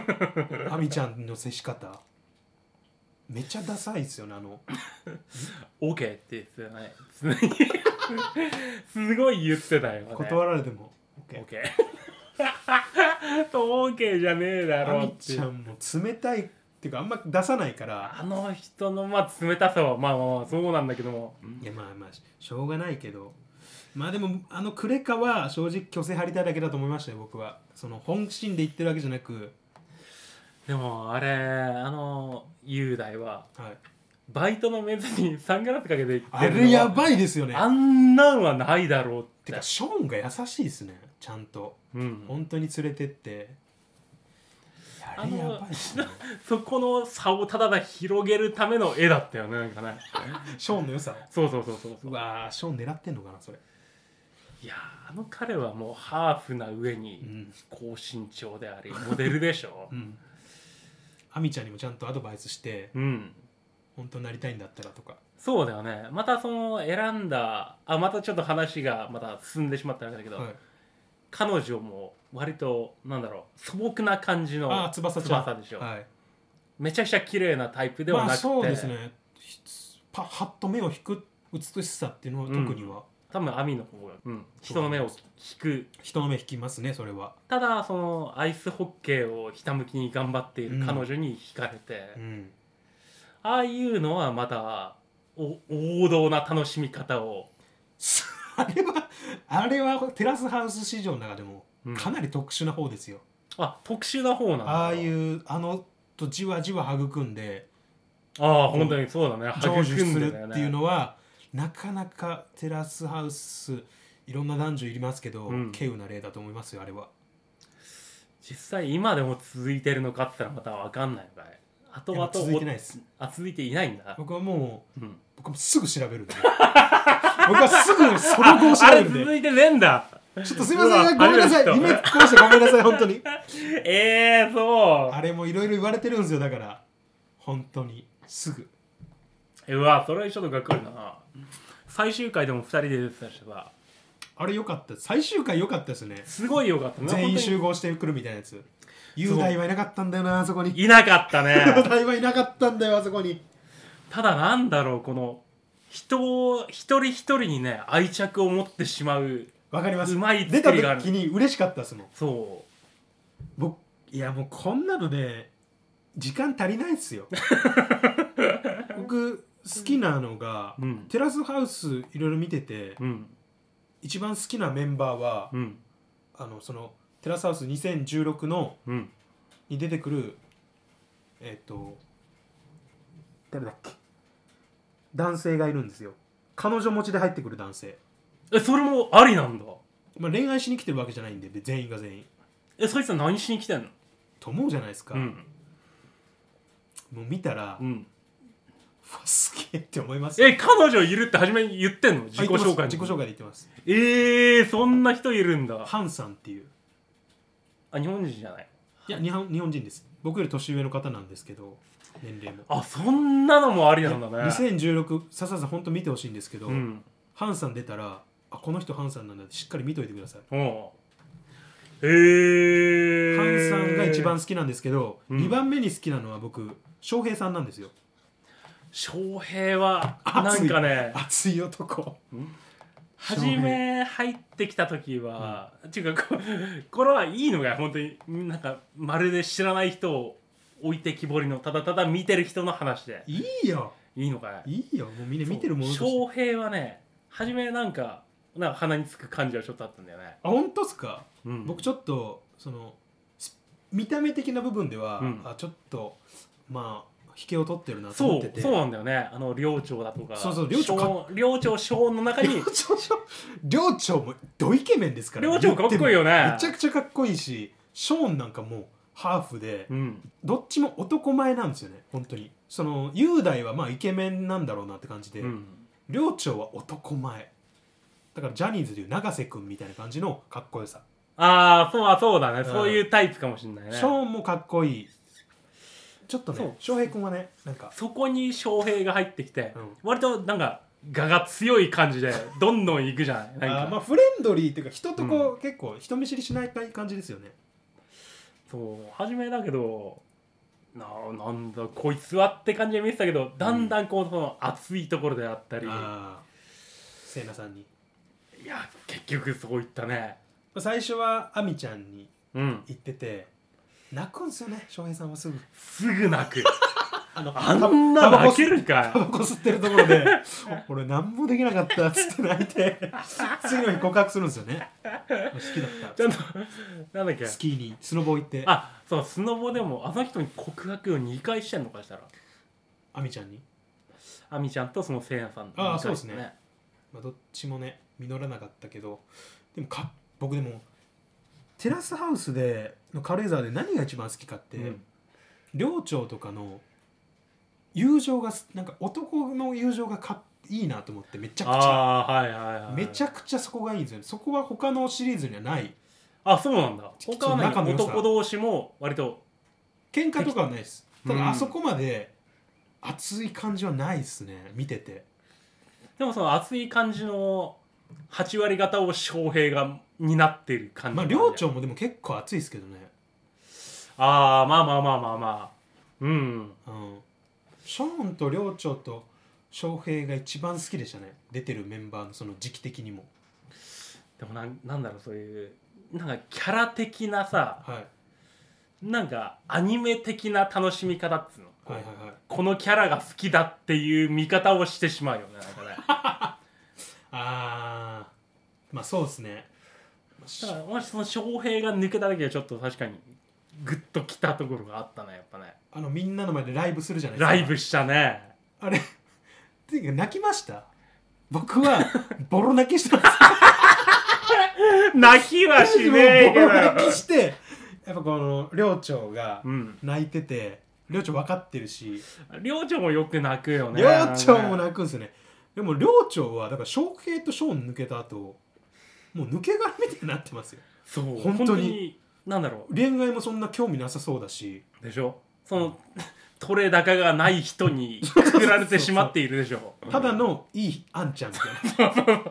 Speaker 1: 亜美ちゃんの接し方めちゃダサいですよねあの
Speaker 2: OK って言ってたね常に すごい言ってたよ、ね、
Speaker 1: 断られても OK
Speaker 2: OK と OK じゃねえだ
Speaker 1: ア
Speaker 2: ろ
Speaker 1: ミ
Speaker 2: ってい
Speaker 1: ちゃ
Speaker 2: うん
Speaker 1: も冷たいっていうかあんま出さないから
Speaker 2: あの人のまあ冷たさはまあまあまあそうなんだけども
Speaker 1: いやまあまあししょうがないけどまあでもあのクレカは正直虚勢張りたいだけだと思いましたよ僕はその本心で言ってるわけじゃなく
Speaker 2: でもあれあの雄大は
Speaker 1: はい
Speaker 2: バイトのメンズにサングラスかけて行ってるのは
Speaker 1: あれやばいですよね
Speaker 2: あんなんはないだろうってて
Speaker 1: かショーンが優しいですねちゃんと
Speaker 2: うん、
Speaker 1: 本当に連れてっていやあれやばいですね
Speaker 2: そこの差をただただ広げるための絵だったよねなんかね
Speaker 1: ショーンの良さを
Speaker 2: そうそうそうそうそう
Speaker 1: うわーショーン狙ってんのかなそれ
Speaker 2: いやーあの彼はもうハーフな上
Speaker 1: う
Speaker 2: に
Speaker 1: ん
Speaker 2: 高身長でありモデルでし ょ
Speaker 1: うんアミちゃんにもちゃんとアドバイスして
Speaker 2: うん
Speaker 1: 本当になりたいんだったらとか
Speaker 2: そうだよねまたその選んだあまたちょっと話がまた進んでしまったんだけど、
Speaker 1: はい
Speaker 2: 彼女も割となんだろう素朴な感じの
Speaker 1: あー翼ちゃん
Speaker 2: でしょ、
Speaker 1: はい
Speaker 2: めちゃくちゃ綺麗なタイプではなくて、
Speaker 1: まあ、そうですねひつパはっと目を引く美しさっていうのは特には、
Speaker 2: 多分網の方が、うん、人の目を引く
Speaker 1: 人の目引きますねそれは、
Speaker 2: ただそのアイスホッケーをひたむきに頑張っている彼女に惹かれて、
Speaker 1: うん、
Speaker 2: ああいうのはまたお王道な楽しみ方を、
Speaker 1: あれはあれはテラスハウス市場の中でも
Speaker 2: うん
Speaker 1: かなり特殊な方ですよ、
Speaker 2: あ特殊な方なんだ
Speaker 1: ああいううあのとじわじわ育んで
Speaker 2: ああ本当にそうだね
Speaker 1: 成就する
Speaker 2: だよ
Speaker 1: っていうのは、なかなかテラスハウスいろんな男女いりますけど、
Speaker 2: うん
Speaker 1: 稀有な例だと思いますよあれは
Speaker 2: 実際今でも続いてるのかって言ったらまた分かんないのかいあと
Speaker 1: いや
Speaker 2: あと
Speaker 1: 続いてないです
Speaker 2: あ続いていないんだ、
Speaker 1: 僕はもう
Speaker 2: うん、
Speaker 1: 僕もすぐ調べるんで僕はすぐその後を調
Speaker 2: あ
Speaker 1: べ
Speaker 2: れ
Speaker 1: るんで
Speaker 2: 続いてねえんだ
Speaker 1: ちょっとすいません
Speaker 2: うわ
Speaker 1: ごめんなさい
Speaker 2: あり
Speaker 1: 夢突
Speaker 2: ま
Speaker 1: っ込ましてごめんなさい本当に
Speaker 2: ええそ
Speaker 1: あれもいろいろ言われてるんですよだから本当にすぐ
Speaker 2: ううわそれちょっとがっかりだな最終回でも2人で出てたしさ
Speaker 1: あれ良かった最終回良かったですね
Speaker 2: すごいよかったね
Speaker 1: 全員集
Speaker 2: 合
Speaker 1: 合してくるみたいなやつ雄大はいなかったんだよなあそこに
Speaker 2: いなかった
Speaker 1: 雄
Speaker 2: ね
Speaker 1: 大はいなかったんだよあそこに
Speaker 2: ただなんだろうこの人を一人一人にね愛着を持ってしまう
Speaker 1: わかります
Speaker 2: うまい
Speaker 1: 出た
Speaker 2: 作りがある
Speaker 1: 時に嬉しかったですもん
Speaker 2: そ
Speaker 1: 僕いやもうこんなのね時間足りないっす よ僕好きなのが、
Speaker 2: ううん
Speaker 1: テラスハウスいろいろ見てて
Speaker 2: うん
Speaker 1: 一番好きなメンバーは、
Speaker 2: うん
Speaker 1: あのそのテラスハウス2016の
Speaker 2: うん
Speaker 1: に出てくるえっ、と誰だっけ男性がいるんですよ彼女持ちで入ってくる男性、
Speaker 2: えそれもありなんだ
Speaker 1: まあ、恋愛しに来てるわけじゃないんでで全員が全員
Speaker 2: えそいつは何しに来てんの
Speaker 1: と思うじゃないですか、
Speaker 2: うん
Speaker 1: もう見たら、
Speaker 2: う
Speaker 1: うわ
Speaker 2: ん
Speaker 1: すげえって思いますよ
Speaker 2: え彼女いるって初めに言ってんの
Speaker 1: あ
Speaker 2: 自己
Speaker 1: 言ってます
Speaker 2: 紹介
Speaker 1: 自己紹介
Speaker 2: 介
Speaker 1: で言ってます
Speaker 2: えー、そんな人いるんだ
Speaker 1: ハンさんっていう
Speaker 2: あ日本人じゃない
Speaker 1: いや日本日本人です僕より年上の方なんですけど年齢も
Speaker 2: あそんなのもありなんだね
Speaker 1: 2016笹さん本当見てほしいんですけど、
Speaker 2: うん
Speaker 1: ハンさん出たらあこの人ハンさんなんだってしっかり見といてください
Speaker 2: おうえー、
Speaker 1: ハンさんが一番好きなんですけど、
Speaker 2: うん
Speaker 1: 2番目に好きなのは僕翔平さんなんですよ
Speaker 2: 翔平はな
Speaker 1: 熱
Speaker 2: ん
Speaker 1: い
Speaker 2: かね
Speaker 1: 熱い男
Speaker 2: 初め入ってきた時は、っていうかここれはいいのが本当になんかまるで知らない人を置いてきぼりのただただ見てる人の話で
Speaker 1: いいよ
Speaker 2: いいのかい
Speaker 1: いいよもうみんな見てるものとして
Speaker 2: 翔平はね初めなんかなんか鼻につく感じはちょっとあったんだよね、
Speaker 1: あ本当っすか、
Speaker 2: うん、
Speaker 1: 僕ちょっとそのす見た目的な部分では、
Speaker 2: うん
Speaker 1: あちょっとまあ引けを取ってるなと思
Speaker 2: そ
Speaker 1: って
Speaker 2: う
Speaker 1: て
Speaker 2: そうなんだよねあの寮長だとか
Speaker 1: そうそう寮長か
Speaker 2: 小寮長小の中に
Speaker 1: 寮長寮長もどイケメンですから
Speaker 2: 寮長かっこいいよね
Speaker 1: めちゃくちゃかっこいいしショーンなんかもうハーフで
Speaker 2: うん
Speaker 1: どっちも男前なんですよね本当にその雄大はまあイケメンなんだろうなって感じで、
Speaker 2: うん
Speaker 1: 寮長は男前だからジャニーズでいう永瀬君みたいな感じのかっこよさ、
Speaker 2: ああそうあそうだね、
Speaker 1: ん
Speaker 2: そういうタイプかもしれないね
Speaker 1: ショーンもかっこいいちょっと
Speaker 2: そう
Speaker 1: ね翔平君はねなんか
Speaker 2: そこに翔平が入ってきて、
Speaker 1: うん
Speaker 2: 割となんか我が強い感 じでどんどん行くじゃないな
Speaker 1: あー
Speaker 2: んか
Speaker 1: まあフレンドリーっていうか人とこう、結構人見知りしない感じですよね
Speaker 2: そう初めだけどななんだこいつはって感じで見てたけどだんだんこうその熱いところであったり、
Speaker 1: ああせいなさんに
Speaker 2: いや結局そういったね
Speaker 1: 最初は亜美ちゃんに
Speaker 2: うん
Speaker 1: 行ってて泣くんですよね翔平さんはすぐ
Speaker 2: すぐ泣く
Speaker 1: あの
Speaker 2: あんな
Speaker 1: タバコ
Speaker 2: 泣
Speaker 1: 吸
Speaker 2: ける
Speaker 1: タ
Speaker 2: か
Speaker 1: バコ吸ってるところで 「俺何もできなかった」っつって泣いて次の日告白するんですよね好きだっ
Speaker 2: ちゃんとなんだっけ
Speaker 1: たスキーにスノボ行って
Speaker 2: あそうスノボでもあの人に告白を2回してんのかしたら
Speaker 1: 亜美ちゃんに、
Speaker 2: 亜美ちゃんとそのせいやさん
Speaker 1: あー
Speaker 2: 二回
Speaker 1: そうですねまあ、どっちもね実らなかったけどでもか僕でもテラスハウスでの軽井沢で何が一番好きかって、
Speaker 2: うん
Speaker 1: 寮長とかの友情がすなんか男の友情がかいいなと思ってめちゃくちゃ
Speaker 2: ああはいはいはい
Speaker 1: めちゃくちゃそこがいいんですよねそこは他のシリーズにはない
Speaker 2: あそうなんだ
Speaker 1: ちょっと
Speaker 2: 他はね
Speaker 1: 仲の良さ
Speaker 2: 男同士も割と
Speaker 1: 喧嘩とかはないです
Speaker 2: うん
Speaker 1: ただあそこまで熱い感じはないですね見てて
Speaker 2: でもその熱い感じの8割方を翔平が担ってる感じ
Speaker 1: まあ寮長もでも結構熱いですけどね
Speaker 2: ああまあまあまあまあまあうん
Speaker 1: うんショーンと寮長と翔平が一番好きでしたね出てるメンバーのその時期的にも
Speaker 2: でもなんなんだろうそういうなんかキャラ的なさ
Speaker 1: はい
Speaker 2: なんかアニメ的な楽しみ方っつうの、
Speaker 1: はいはいはい
Speaker 2: このキャラが好きだっていう見方をしてしまう よねなんかね
Speaker 1: あーまあそうですね
Speaker 2: だからもしその翔平が抜けた時はちょっと確かにグッときたところがあったねやっぱね
Speaker 1: あのみんなの前でライブするじゃないですか
Speaker 2: ライブしたね
Speaker 1: あれっていうか泣きました僕は ボロ泣きしたんです
Speaker 2: 泣きはし
Speaker 1: よ
Speaker 2: ねえけ
Speaker 1: ボ
Speaker 2: ど
Speaker 1: ロ泣きしてやっぱこの寮長が
Speaker 2: うん
Speaker 1: 泣いてて寮長分かってるし
Speaker 2: 寮長もよく泣くよね
Speaker 1: 寮長も泣くんですよねでも寮長はだから翔平と翔抜けた後もう抜け殻みたいになってますよ
Speaker 2: そう
Speaker 1: 当に
Speaker 2: 本当になんだろ
Speaker 1: 恋愛もそんな興味なさそうだし
Speaker 2: うでしょその取れ高がない人にくくられてしまっているでしょ
Speaker 1: ただのいいあんちゃんみたい な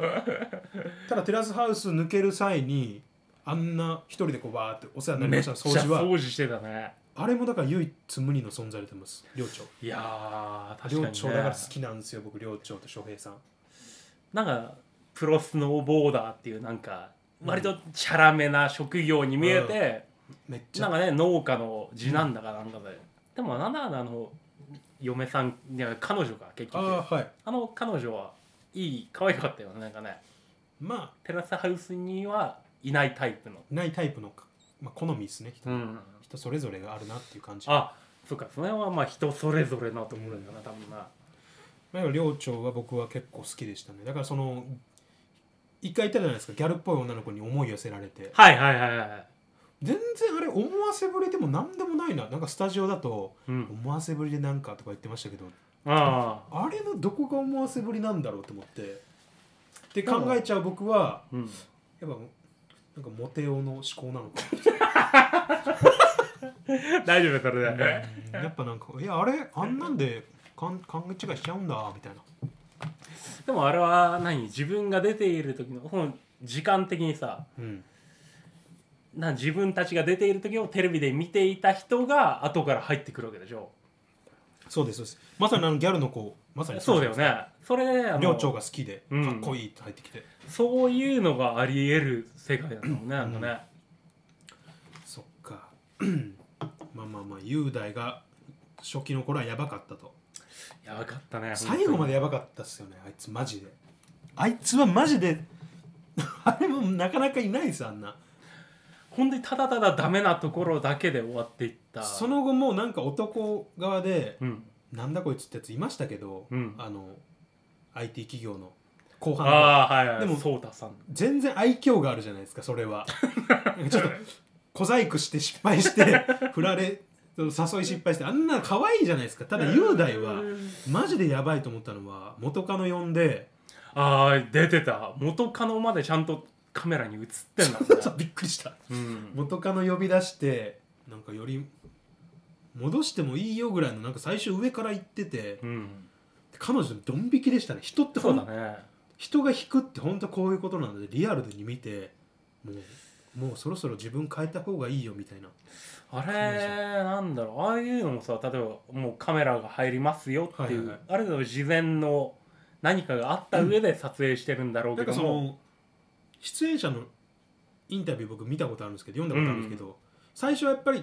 Speaker 1: ただテラスハウス抜ける際にあんな一人でこうバーってお世話になり
Speaker 2: め
Speaker 1: ま
Speaker 2: っ
Speaker 1: し
Speaker 2: ち
Speaker 1: た
Speaker 2: ゃ
Speaker 1: 掃除は
Speaker 2: 掃除してたね
Speaker 1: あれもだから唯一無二の存在でてます寮長
Speaker 2: いやー確かに、
Speaker 1: 寮
Speaker 2: ね、
Speaker 1: 長だから好きなんですよ僕寮長と翔平さん
Speaker 2: なんかプロスノーボーダーっていうなんか割とチャラめな職業に見えて、
Speaker 1: めっち
Speaker 2: な
Speaker 1: ゃ
Speaker 2: んかね農家の次男だかなんかで、でもなんだかんだあの嫁さんいや彼女か結
Speaker 1: あ
Speaker 2: 局
Speaker 1: あ
Speaker 2: あ
Speaker 1: ーはい
Speaker 2: の彼女はいい可愛かったよねなんかね
Speaker 1: ま
Speaker 2: テラスハウスにはいないタイプの、
Speaker 1: あないタイプの、まあ、好みですね人,、
Speaker 2: うん、
Speaker 1: 人それぞれがあるなっていう感じ
Speaker 2: あそうかその辺はまあ人それぞれのところだよな多分な
Speaker 1: まあ、寮長は僕は結構好きでしたねだからその一回言ったじゃないですかギャルっぽい女の子に思い寄せられて
Speaker 2: はいはいはいはい
Speaker 1: 全然あれ思わせぶりでも何でもないななんかスタジオだと
Speaker 2: うん
Speaker 1: 思わせぶりでなんかとか言ってましたけど
Speaker 2: ああ
Speaker 1: あれのどこが思わせぶりなんだろうと思ってって考えちゃう僕は
Speaker 2: うん
Speaker 1: やっぱなんかモテ男の思考なのか
Speaker 2: 大丈夫それで、
Speaker 1: うんやっぱなんかいやあれあんなんでかん勘違いしちゃうんだみたいな
Speaker 2: でもあれは何自分が出ている時のこの時間的にさ
Speaker 1: うん
Speaker 2: な自分たちが出ている時をテレビで見ていた人が後から入ってくるわけでしょ
Speaker 1: そうですそうですまさにあのギャルの子まさに
Speaker 2: そうだ
Speaker 1: で
Speaker 2: よねそれであの
Speaker 1: 寮長が好きでか
Speaker 2: うん
Speaker 1: っこいいって入ってきて、
Speaker 2: そういうのがあり得る世界だもんねなんかね、
Speaker 1: そっか まあまあまあ雄大が初期の頃はやばかったと
Speaker 2: やばかったね
Speaker 1: 最後ま
Speaker 2: で
Speaker 1: でやばかったっすよねあいつマジであいつはマジで あれもなかなかいないですあんな
Speaker 2: 本当にただただダメなところだけで終わっていった
Speaker 1: その後もうなんか男側で
Speaker 2: うん
Speaker 1: なんだこいつってやついましたけど、
Speaker 2: うん
Speaker 1: あの IT 企業の後半の
Speaker 2: ああはいは
Speaker 1: で
Speaker 2: いで
Speaker 1: も
Speaker 2: もそうたさん
Speaker 1: 全然愛嬌があるじゃないですかそれはちょっと小細工して失敗 して振られ誘い失敗してあんな可愛いじゃないですかただ雄大はマジでやばいと思ったのは元カノ呼んで
Speaker 2: ああ出てた元カノまでちゃんとカメラに映ってんだもんね
Speaker 1: びっくりした
Speaker 2: うん
Speaker 1: 元カノ呼び出してなんかより戻してもいいよぐらいのなんか最初上から言ってて
Speaker 2: うん
Speaker 1: 彼女ドン引きでしたね人ってほ
Speaker 2: そ
Speaker 1: ん
Speaker 2: うだね
Speaker 1: 人が引くって本当こういうことなのでリアルに見てもうもうそろそろ自分変えた方がいいよみたいな
Speaker 2: あれ
Speaker 1: 彼女
Speaker 2: なんだろうああいうのもさ例えばもうカメラが入りますよっていう、
Speaker 1: はいはい
Speaker 2: ある程度事前の何かがあった上で撮影してるんだろう
Speaker 1: な
Speaker 2: け
Speaker 1: んか
Speaker 2: ど
Speaker 1: そ
Speaker 2: も、
Speaker 1: の出演者のインタビュー僕見たことあるんですけど読んだことあるんですけど、最初はやっぱり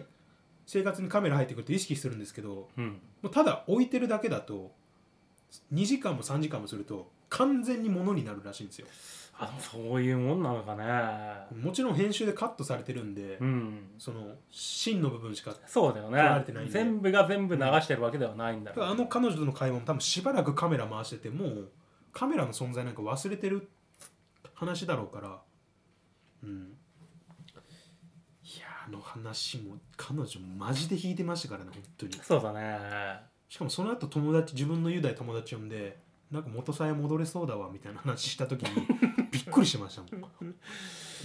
Speaker 1: 生活にカメラ入ってくるって意識するんですけど
Speaker 2: うん、
Speaker 1: もうただ置いてるだけだと2時間も3時間もすると完全にものになるらしいんですよ
Speaker 2: あそういうもんなのかね
Speaker 1: もちろん編集でカットされてるんで、
Speaker 2: うん
Speaker 1: その芯の部分しか
Speaker 2: そうだよ
Speaker 1: 撮られ
Speaker 2: ね
Speaker 1: てないんで
Speaker 2: 全部が全部流してるわけではないんだろう、
Speaker 1: あの彼女との会話も多分しばらくカメラ回しててもうカメラの存在なんか忘れてる話だろうからうんいやあの話も彼女マジで引いてましたからね本当に
Speaker 2: そうだね
Speaker 1: しかもその後友達自分の雄大友達呼んでなんか元さえ戻れそうだわみたいな話した時にびっくりしましたもん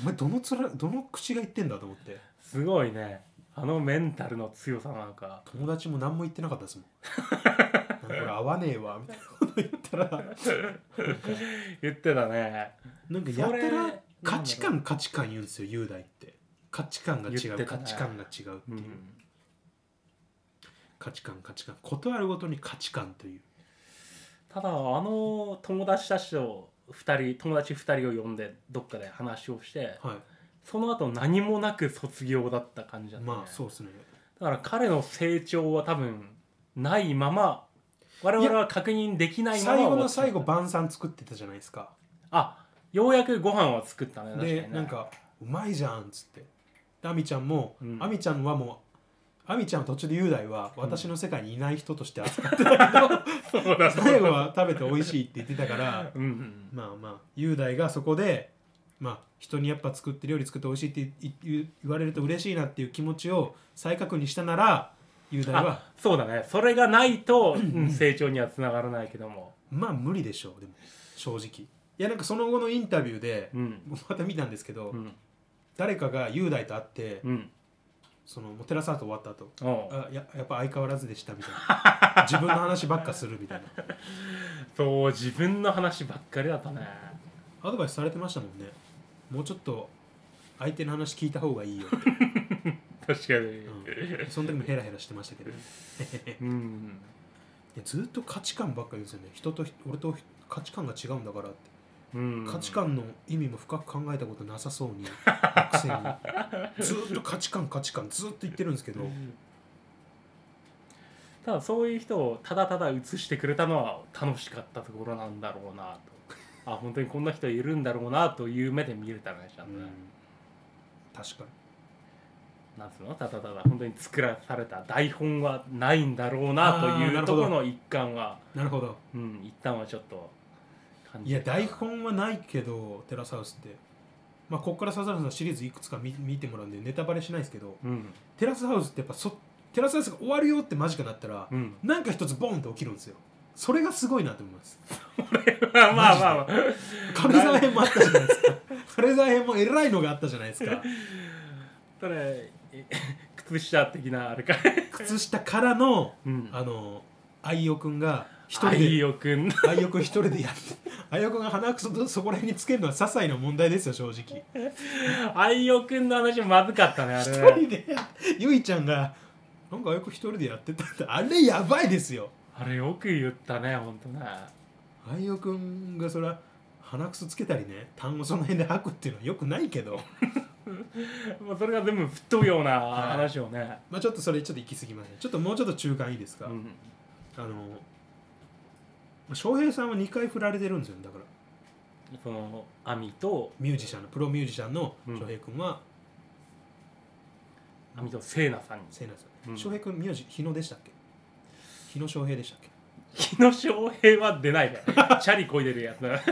Speaker 1: お前どのつらどの口が言ってんだと思って
Speaker 2: すごいねあのメンタルの強さなのか
Speaker 1: 友達も何も言ってなかったですもんなんかこれ合わねえわみたいなこと言ったら
Speaker 2: 言ってたね
Speaker 1: なんかやた
Speaker 2: それなんだ
Speaker 1: ら
Speaker 2: ろう
Speaker 1: 価値観価値観言うんですよ雄大って価値観が違
Speaker 2: 言っ
Speaker 1: う、
Speaker 2: てた
Speaker 1: 価
Speaker 2: ね
Speaker 1: 値観が違うって
Speaker 2: う
Speaker 1: いう、
Speaker 2: ん
Speaker 1: 価値観価値観ことあるごとに価値観という
Speaker 2: ただあの友達たちと2人友達2人を呼んでどっかで話をして
Speaker 1: は
Speaker 2: その後何もなく卒業だった感じ
Speaker 1: い
Speaker 2: だった、ね
Speaker 1: まあそうですね
Speaker 2: だから彼の成長は多分ないまま我々は確認できないまま
Speaker 1: 最後の
Speaker 2: 終わっ
Speaker 1: 最
Speaker 2: ちゃ
Speaker 1: 後
Speaker 2: った
Speaker 1: 晩餐作ってたじゃないですか
Speaker 2: あようやくご飯は作ったね確かに
Speaker 1: で
Speaker 2: ね
Speaker 1: なんか「うまいじゃん」っつってでアミちゃんも、
Speaker 2: うん
Speaker 1: アミちゃんはもうアミちゃんは途中で雄大は私の世界にいない人として扱 って、
Speaker 2: そうだ
Speaker 1: 最後は食べて美味しいって言ってたから
Speaker 2: うんうん
Speaker 1: まあまあ雄大がそこでまあ人にやっぱ作って料理作って美味しいって言言言われると嬉しいなっていう気持ちを再確認したなら雄大は
Speaker 2: あそうだねそれがないと、うん成長にはつながらないけども
Speaker 1: まあ無理でしょうでも正直いやなんかその後のインタビューで、
Speaker 2: うん
Speaker 1: 僕また見たんですけど、
Speaker 2: うん
Speaker 1: 誰かが雄大と会って、
Speaker 2: うん
Speaker 1: そのもうテラスアート終わった後
Speaker 2: おう
Speaker 1: あややっぱ相変わらずでしたみたいな 自分の話ばっかするみたいな
Speaker 2: そう自分の話ばっかりだったね
Speaker 1: アドバイスされてましたもんねもうちょっと相手の話聞いた方がいいよって、
Speaker 2: 確かに
Speaker 1: うん、その時もヘラヘラしてましたけど、ね、
Speaker 2: うん、
Speaker 1: いやずっと価値観ばっかり言うんですよね人と人俺と価値観が違うんだからって
Speaker 2: うん
Speaker 1: 価値観の意味も深く考えたことなさそう にくせにずっと価値観価値観ずっと言ってるんですけど
Speaker 2: ただそういう人をただただ映してくれたのは楽しかったところなんだろうなとあ本当にこんな人いるんだろうなという目で見れたねちゃんとね、
Speaker 1: 確かに
Speaker 2: なんつうのただただ本当に作らされた台本はないんだろうなと
Speaker 1: あー
Speaker 2: い
Speaker 1: な
Speaker 2: う
Speaker 1: る
Speaker 2: と
Speaker 1: ほど
Speaker 2: ころの一環は
Speaker 1: なるほど
Speaker 2: うん一旦はちょっと感
Speaker 1: い
Speaker 2: じ
Speaker 1: や
Speaker 2: てた
Speaker 1: 台本はないけどテラサウスってまあここから笹原さんのシリーズいくつか見見てもらうんでネタバレしないですけど
Speaker 2: うん
Speaker 1: テラスハウスってやっぱそテラスハウスが終わるよって間近になったら、
Speaker 2: うん
Speaker 1: なんか一つボンって起きるんですよそれがすごいなと思います
Speaker 2: まあまあまあ
Speaker 1: 軽井沢編もあったじゃないですか軽井沢編もえらいのがあったじゃないですか
Speaker 2: それえ靴下的なあれか
Speaker 1: 靴下からの
Speaker 2: うん
Speaker 1: あの愛く君が一人
Speaker 2: あいい
Speaker 1: で
Speaker 2: よくん
Speaker 1: 愛く君一人でやって愛く君が鼻くそとそこら辺につけるのは些細な問題ですよ正直
Speaker 2: 愛用くんの話まずかったねあれ
Speaker 1: 一人でやゆいちゃんがなんかよく一人でやってたってあれやばいですよ
Speaker 2: あれよく言ったねほんとね
Speaker 1: あいおくんがそら鼻くそつけたりね単語その辺で吐くっていうのはよくないけど
Speaker 2: もうそれが全部吹っ飛ぶような話をね、
Speaker 1: まあちょっとそれちょっと行き過ぎませんちょっともうちょっと中間いいですか、
Speaker 2: うん、
Speaker 1: あのまあ翔平さんは2回振られてるんですよねだから
Speaker 2: そのアミと
Speaker 1: ミュージシャンのプロミュージシャンの
Speaker 2: うん
Speaker 1: 翔平くんは
Speaker 2: アミとセイナさんに
Speaker 1: せいなさん、
Speaker 2: うん
Speaker 1: 翔平くん名字日野でしたっけ日野翔平でしたっけ
Speaker 2: 日野翔平は出ないでチャリこいでるやつだ
Speaker 1: 日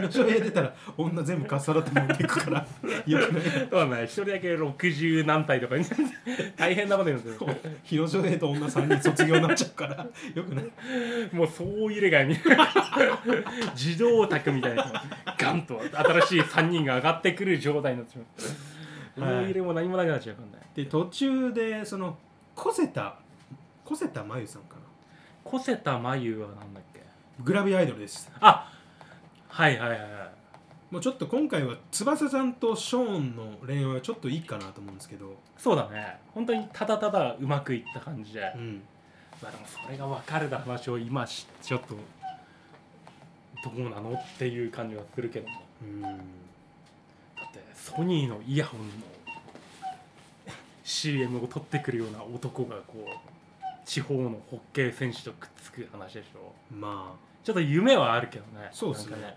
Speaker 1: 野翔平出たら女全部かっさらって持っていくから よくない
Speaker 2: そうだね一人だけ60何体とかに 大変なこと言うんですよ
Speaker 1: 広島平と女3人卒業になっちゃうからよくない
Speaker 2: もうそう入れ替えみたいな 自動卓みたいなガンと新しい3人が上がってくる状態になっちゃう
Speaker 1: はい
Speaker 2: 思い入れも何もなくなっちゃうからね
Speaker 1: で途中でそのこせたこせたまゆさんかな
Speaker 2: こせたまゆはなんだっけ
Speaker 1: グラビアアイドルです
Speaker 2: あはいはいはいはい
Speaker 1: もうちょっと今回は翼さんとショーンの恋愛はちょっといいかなと思うんですけど、
Speaker 2: そうだね本当にただただうまくいった感じで、
Speaker 1: うん、
Speaker 2: まあでもそれが別れた話を今しちょっとどうなのっていう感じはするけども
Speaker 1: うん
Speaker 2: だってソニーのイヤホンの CM を取ってくるような男がこう地方のホッケー選手とくっつく話でしょ
Speaker 1: ま
Speaker 2: ちょっと夢はあるけどね
Speaker 1: そうっすね
Speaker 2: なんか
Speaker 1: あ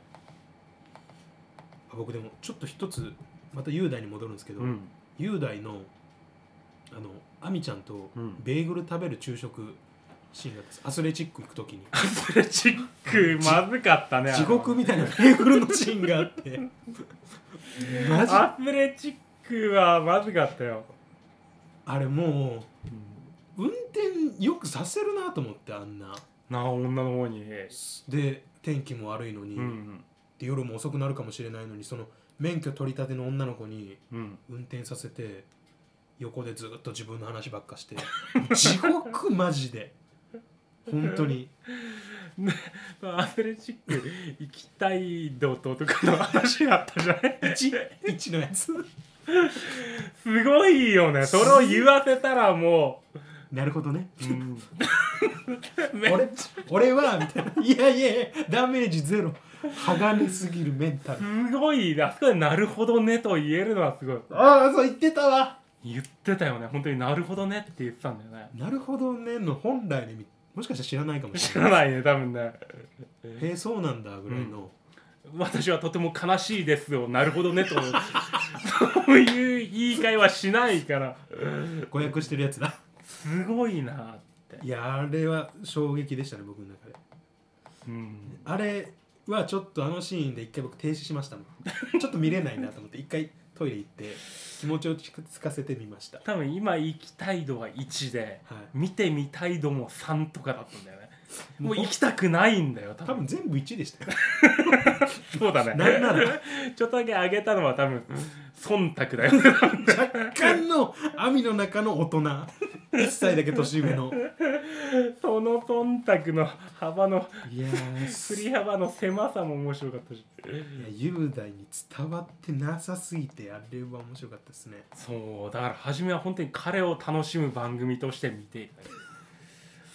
Speaker 1: あ僕でもちょっと一つまた雄大に戻るんですけど、
Speaker 2: うん
Speaker 1: 雄大のあの亜美ちゃんと
Speaker 2: うん
Speaker 1: ベーグル食べる昼食シーンがあったんですアスレチック行く時に
Speaker 2: アスレチックまずかったね
Speaker 1: 地獄
Speaker 2: み
Speaker 1: みたいなベ ーグルのシーンがあって マジ
Speaker 2: アスレチックはまずかったよ、
Speaker 1: あれも
Speaker 2: うん
Speaker 1: う運転よくさせるなと思ってあんな
Speaker 2: なあ女の方に
Speaker 1: で天気も悪いのに、
Speaker 2: うん
Speaker 1: で夜も遅くなるかもしれないのにその免許取り立ての女の子に
Speaker 2: うん
Speaker 1: 運転させて横でずっと自分の話ばっかして 地獄マジで本当に
Speaker 2: アスレチック行きたい度ととかの話があったじゃない
Speaker 1: 1のやつ
Speaker 2: すごいよねそれを言わせたらもう
Speaker 1: なるほどね
Speaker 2: うんめ
Speaker 1: 俺俺はみたいないやいやいやダメージゼロ鋼すぎるメンタル
Speaker 2: すごいあそこで「なるほどね」と言えるのはすごい
Speaker 1: ああそう言ってたわ
Speaker 2: 言ってたよね本当になるほどねって言ってたんだよね
Speaker 1: なるほどねの本来の意味もしかしたら知らないかもし
Speaker 2: 知
Speaker 1: れ
Speaker 2: ら
Speaker 1: ない
Speaker 2: ないね多分ね
Speaker 1: へえそうなんだぐらいの、
Speaker 2: 私はとても悲しいですよなるほどねとそういう言い換えはしないから
Speaker 1: 誤訳してるやつだ
Speaker 2: すごいなって
Speaker 1: いやあれは衝撃でしたね僕の中で
Speaker 2: うん
Speaker 1: あれはちょっとあのシーンで一回僕停止しましたもん ちょっと見れないなと思って一回トイレ行って気持ちを落ち着かせてみました
Speaker 2: 多分今行きたい度は1で
Speaker 1: はい
Speaker 2: 見てみたい度も3とかだったんだよねもう行きたくないんだよ多
Speaker 1: 多
Speaker 2: 分
Speaker 1: 分全部1でしたよ
Speaker 2: そうだね
Speaker 1: なんなら
Speaker 2: ちょっとだけ上げたのは多分忖度だよ
Speaker 1: 若干の網の中の大人1歳だけ年上の
Speaker 2: その忖度の幅の
Speaker 1: いやー
Speaker 2: 振り幅の狭さも面白かったし
Speaker 1: いや雄大に伝わってなさすぎてあれは面白かったですね
Speaker 2: そうだから初めは本当に彼を楽しむ番組として見ていた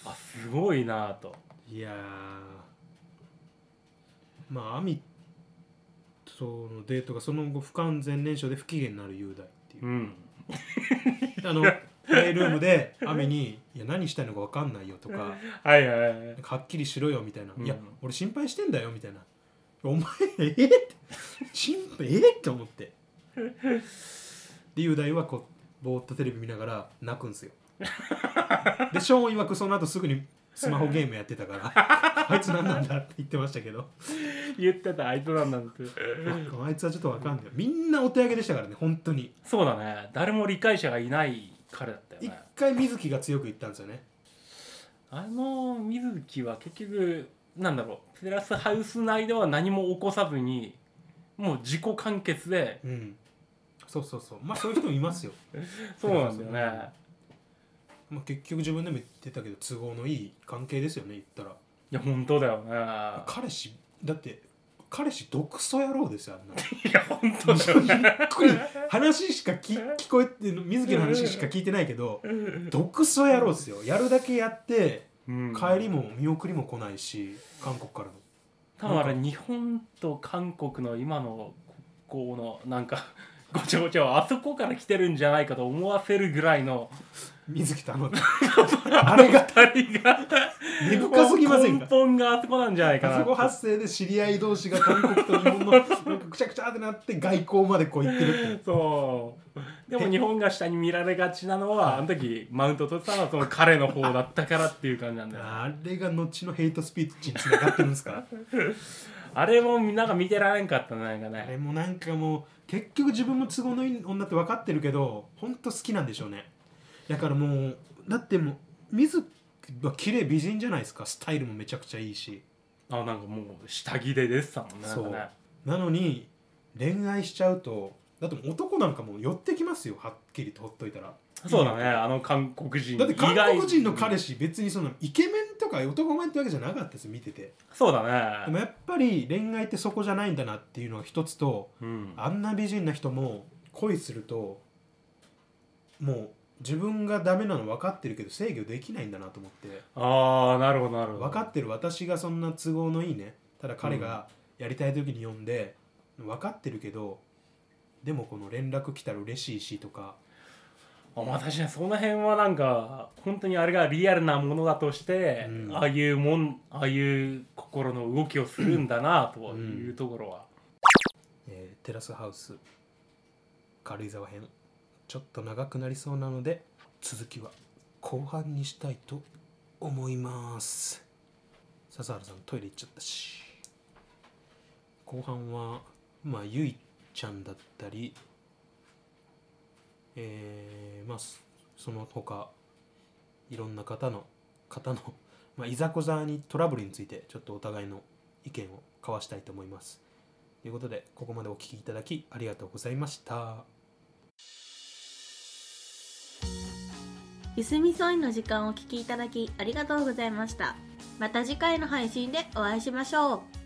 Speaker 2: あすごいなぁと
Speaker 1: いやーまあ網とのデートがその後不完全燃焼で不機嫌になる雄大っていう
Speaker 2: うん
Speaker 1: あのプレイルームでアミに「いや何したいのか分かんないよ」とか
Speaker 2: はいはいはい
Speaker 1: 「なんかはっきりしろよ」みたいな「
Speaker 2: うん
Speaker 1: いや俺心配してんだよ」みたいな「お前えっ?」って心配えっ?」って思ってで雄大はこうぼーっとテレビ見ながら泣くんすよでショーン曰くその後すぐにスマホゲームやってたから「あいつ何なんだ」って言ってましたけど
Speaker 2: 言ってたあいつなんだって
Speaker 1: あいつはちょっと分かんないみんなお手上げでしたからね本当に
Speaker 2: そうだね誰も理解者がいない彼だったよ
Speaker 1: 一
Speaker 2: ね
Speaker 1: 回水木が強く言ったんですよね
Speaker 2: あの水木は結局なんだろうテラスハウス内では何も起こさずにもう自己完結で
Speaker 1: うんそうそうそうまあそういう人もいますよ
Speaker 2: そうなんだよね
Speaker 1: まあ、結局自分でも言ってたけど都合のいい関係ですよね言ったら
Speaker 2: いや本当だよね
Speaker 1: 彼氏だって彼氏毒素野郎ですよあんなび
Speaker 2: いや本当だよね
Speaker 1: っくり話しか聞聞こえて水木の話しか聞いてないけど毒素野郎ですよやるだけやって
Speaker 2: うん
Speaker 1: 帰りも見送りも来ないし韓国からの
Speaker 2: 多分あれ日本と韓国の今の国交のなんか ごちゃごちゃはあそこから来てるんじゃないかと思わせるぐらいの
Speaker 1: 水木とあ のあれが
Speaker 2: 二人が
Speaker 1: 根深すぎません
Speaker 2: 根
Speaker 1: か
Speaker 2: 本があそこなんじゃないか
Speaker 1: あそこ
Speaker 2: な
Speaker 1: 発生で知り合い同士が韓国と日本のなんかくちゃくちゃってなって外交までこう言ってるっていう
Speaker 2: そうでも日本が下に見られがちなのはあの時マウント取ってたのはその彼の方だったからっていう感じなんだよ
Speaker 1: あれが後のヘイトスピーチにつながってるんですから
Speaker 2: あれもみんなが見てられんかったんじゃないか
Speaker 1: あれ
Speaker 2: ね
Speaker 1: もなんかもう結局自分も都合のいい女って分かってるけど本当好きなんでしょうねだからもうだってもう水木は綺麗美人じゃないですかスタイルもめちゃくちゃいいし
Speaker 2: あなんかもう下着で出てたもんね
Speaker 1: そう
Speaker 2: なんかね
Speaker 1: なのに恋愛しちゃうとだってもう男なんかもう寄ってきますよはっきりとほっといたら
Speaker 2: そうだねあの韓国人
Speaker 1: だって韓国人の彼
Speaker 2: 氏
Speaker 1: 氏別にそのイケメンとか男前ってわけじゃなかったです見てて
Speaker 2: そうだ
Speaker 1: で
Speaker 2: ね
Speaker 1: もやっぱり恋愛ってそこじゃないんだなっていうのが一つと
Speaker 2: うん
Speaker 1: あんな美人な人も恋するともう自分がダメなの分かってるけど制御できないんだなと思って
Speaker 2: ああなるほどなるほど
Speaker 1: 分かってる私がそんな都合のいいねただ彼がやりたい時に呼んで分かってるけどでもこの連絡来たら嬉しいしとか
Speaker 2: あ私ねその辺はなんか本当にあれがリアルなものだとして、
Speaker 1: うん
Speaker 2: ああいうもんああいう心の動きをするんだなというところは、
Speaker 1: えーテラスハウス軽井沢編ちょっと長くなりそうなので続きは後半にしたいと思います笹原さんトイレ行っちゃったし後半はまあゆいちゃんだったりえーまあそその他いろんな方の方の、まあ、いざこざにトラブルについてちょっとお互いの意見を交わしたいと思いますということでここまでお聞きいただきありがとうございました
Speaker 3: ゆすみそいの時間をお聞きいただきありがとうございましたまた次回の配信でお会いしましょう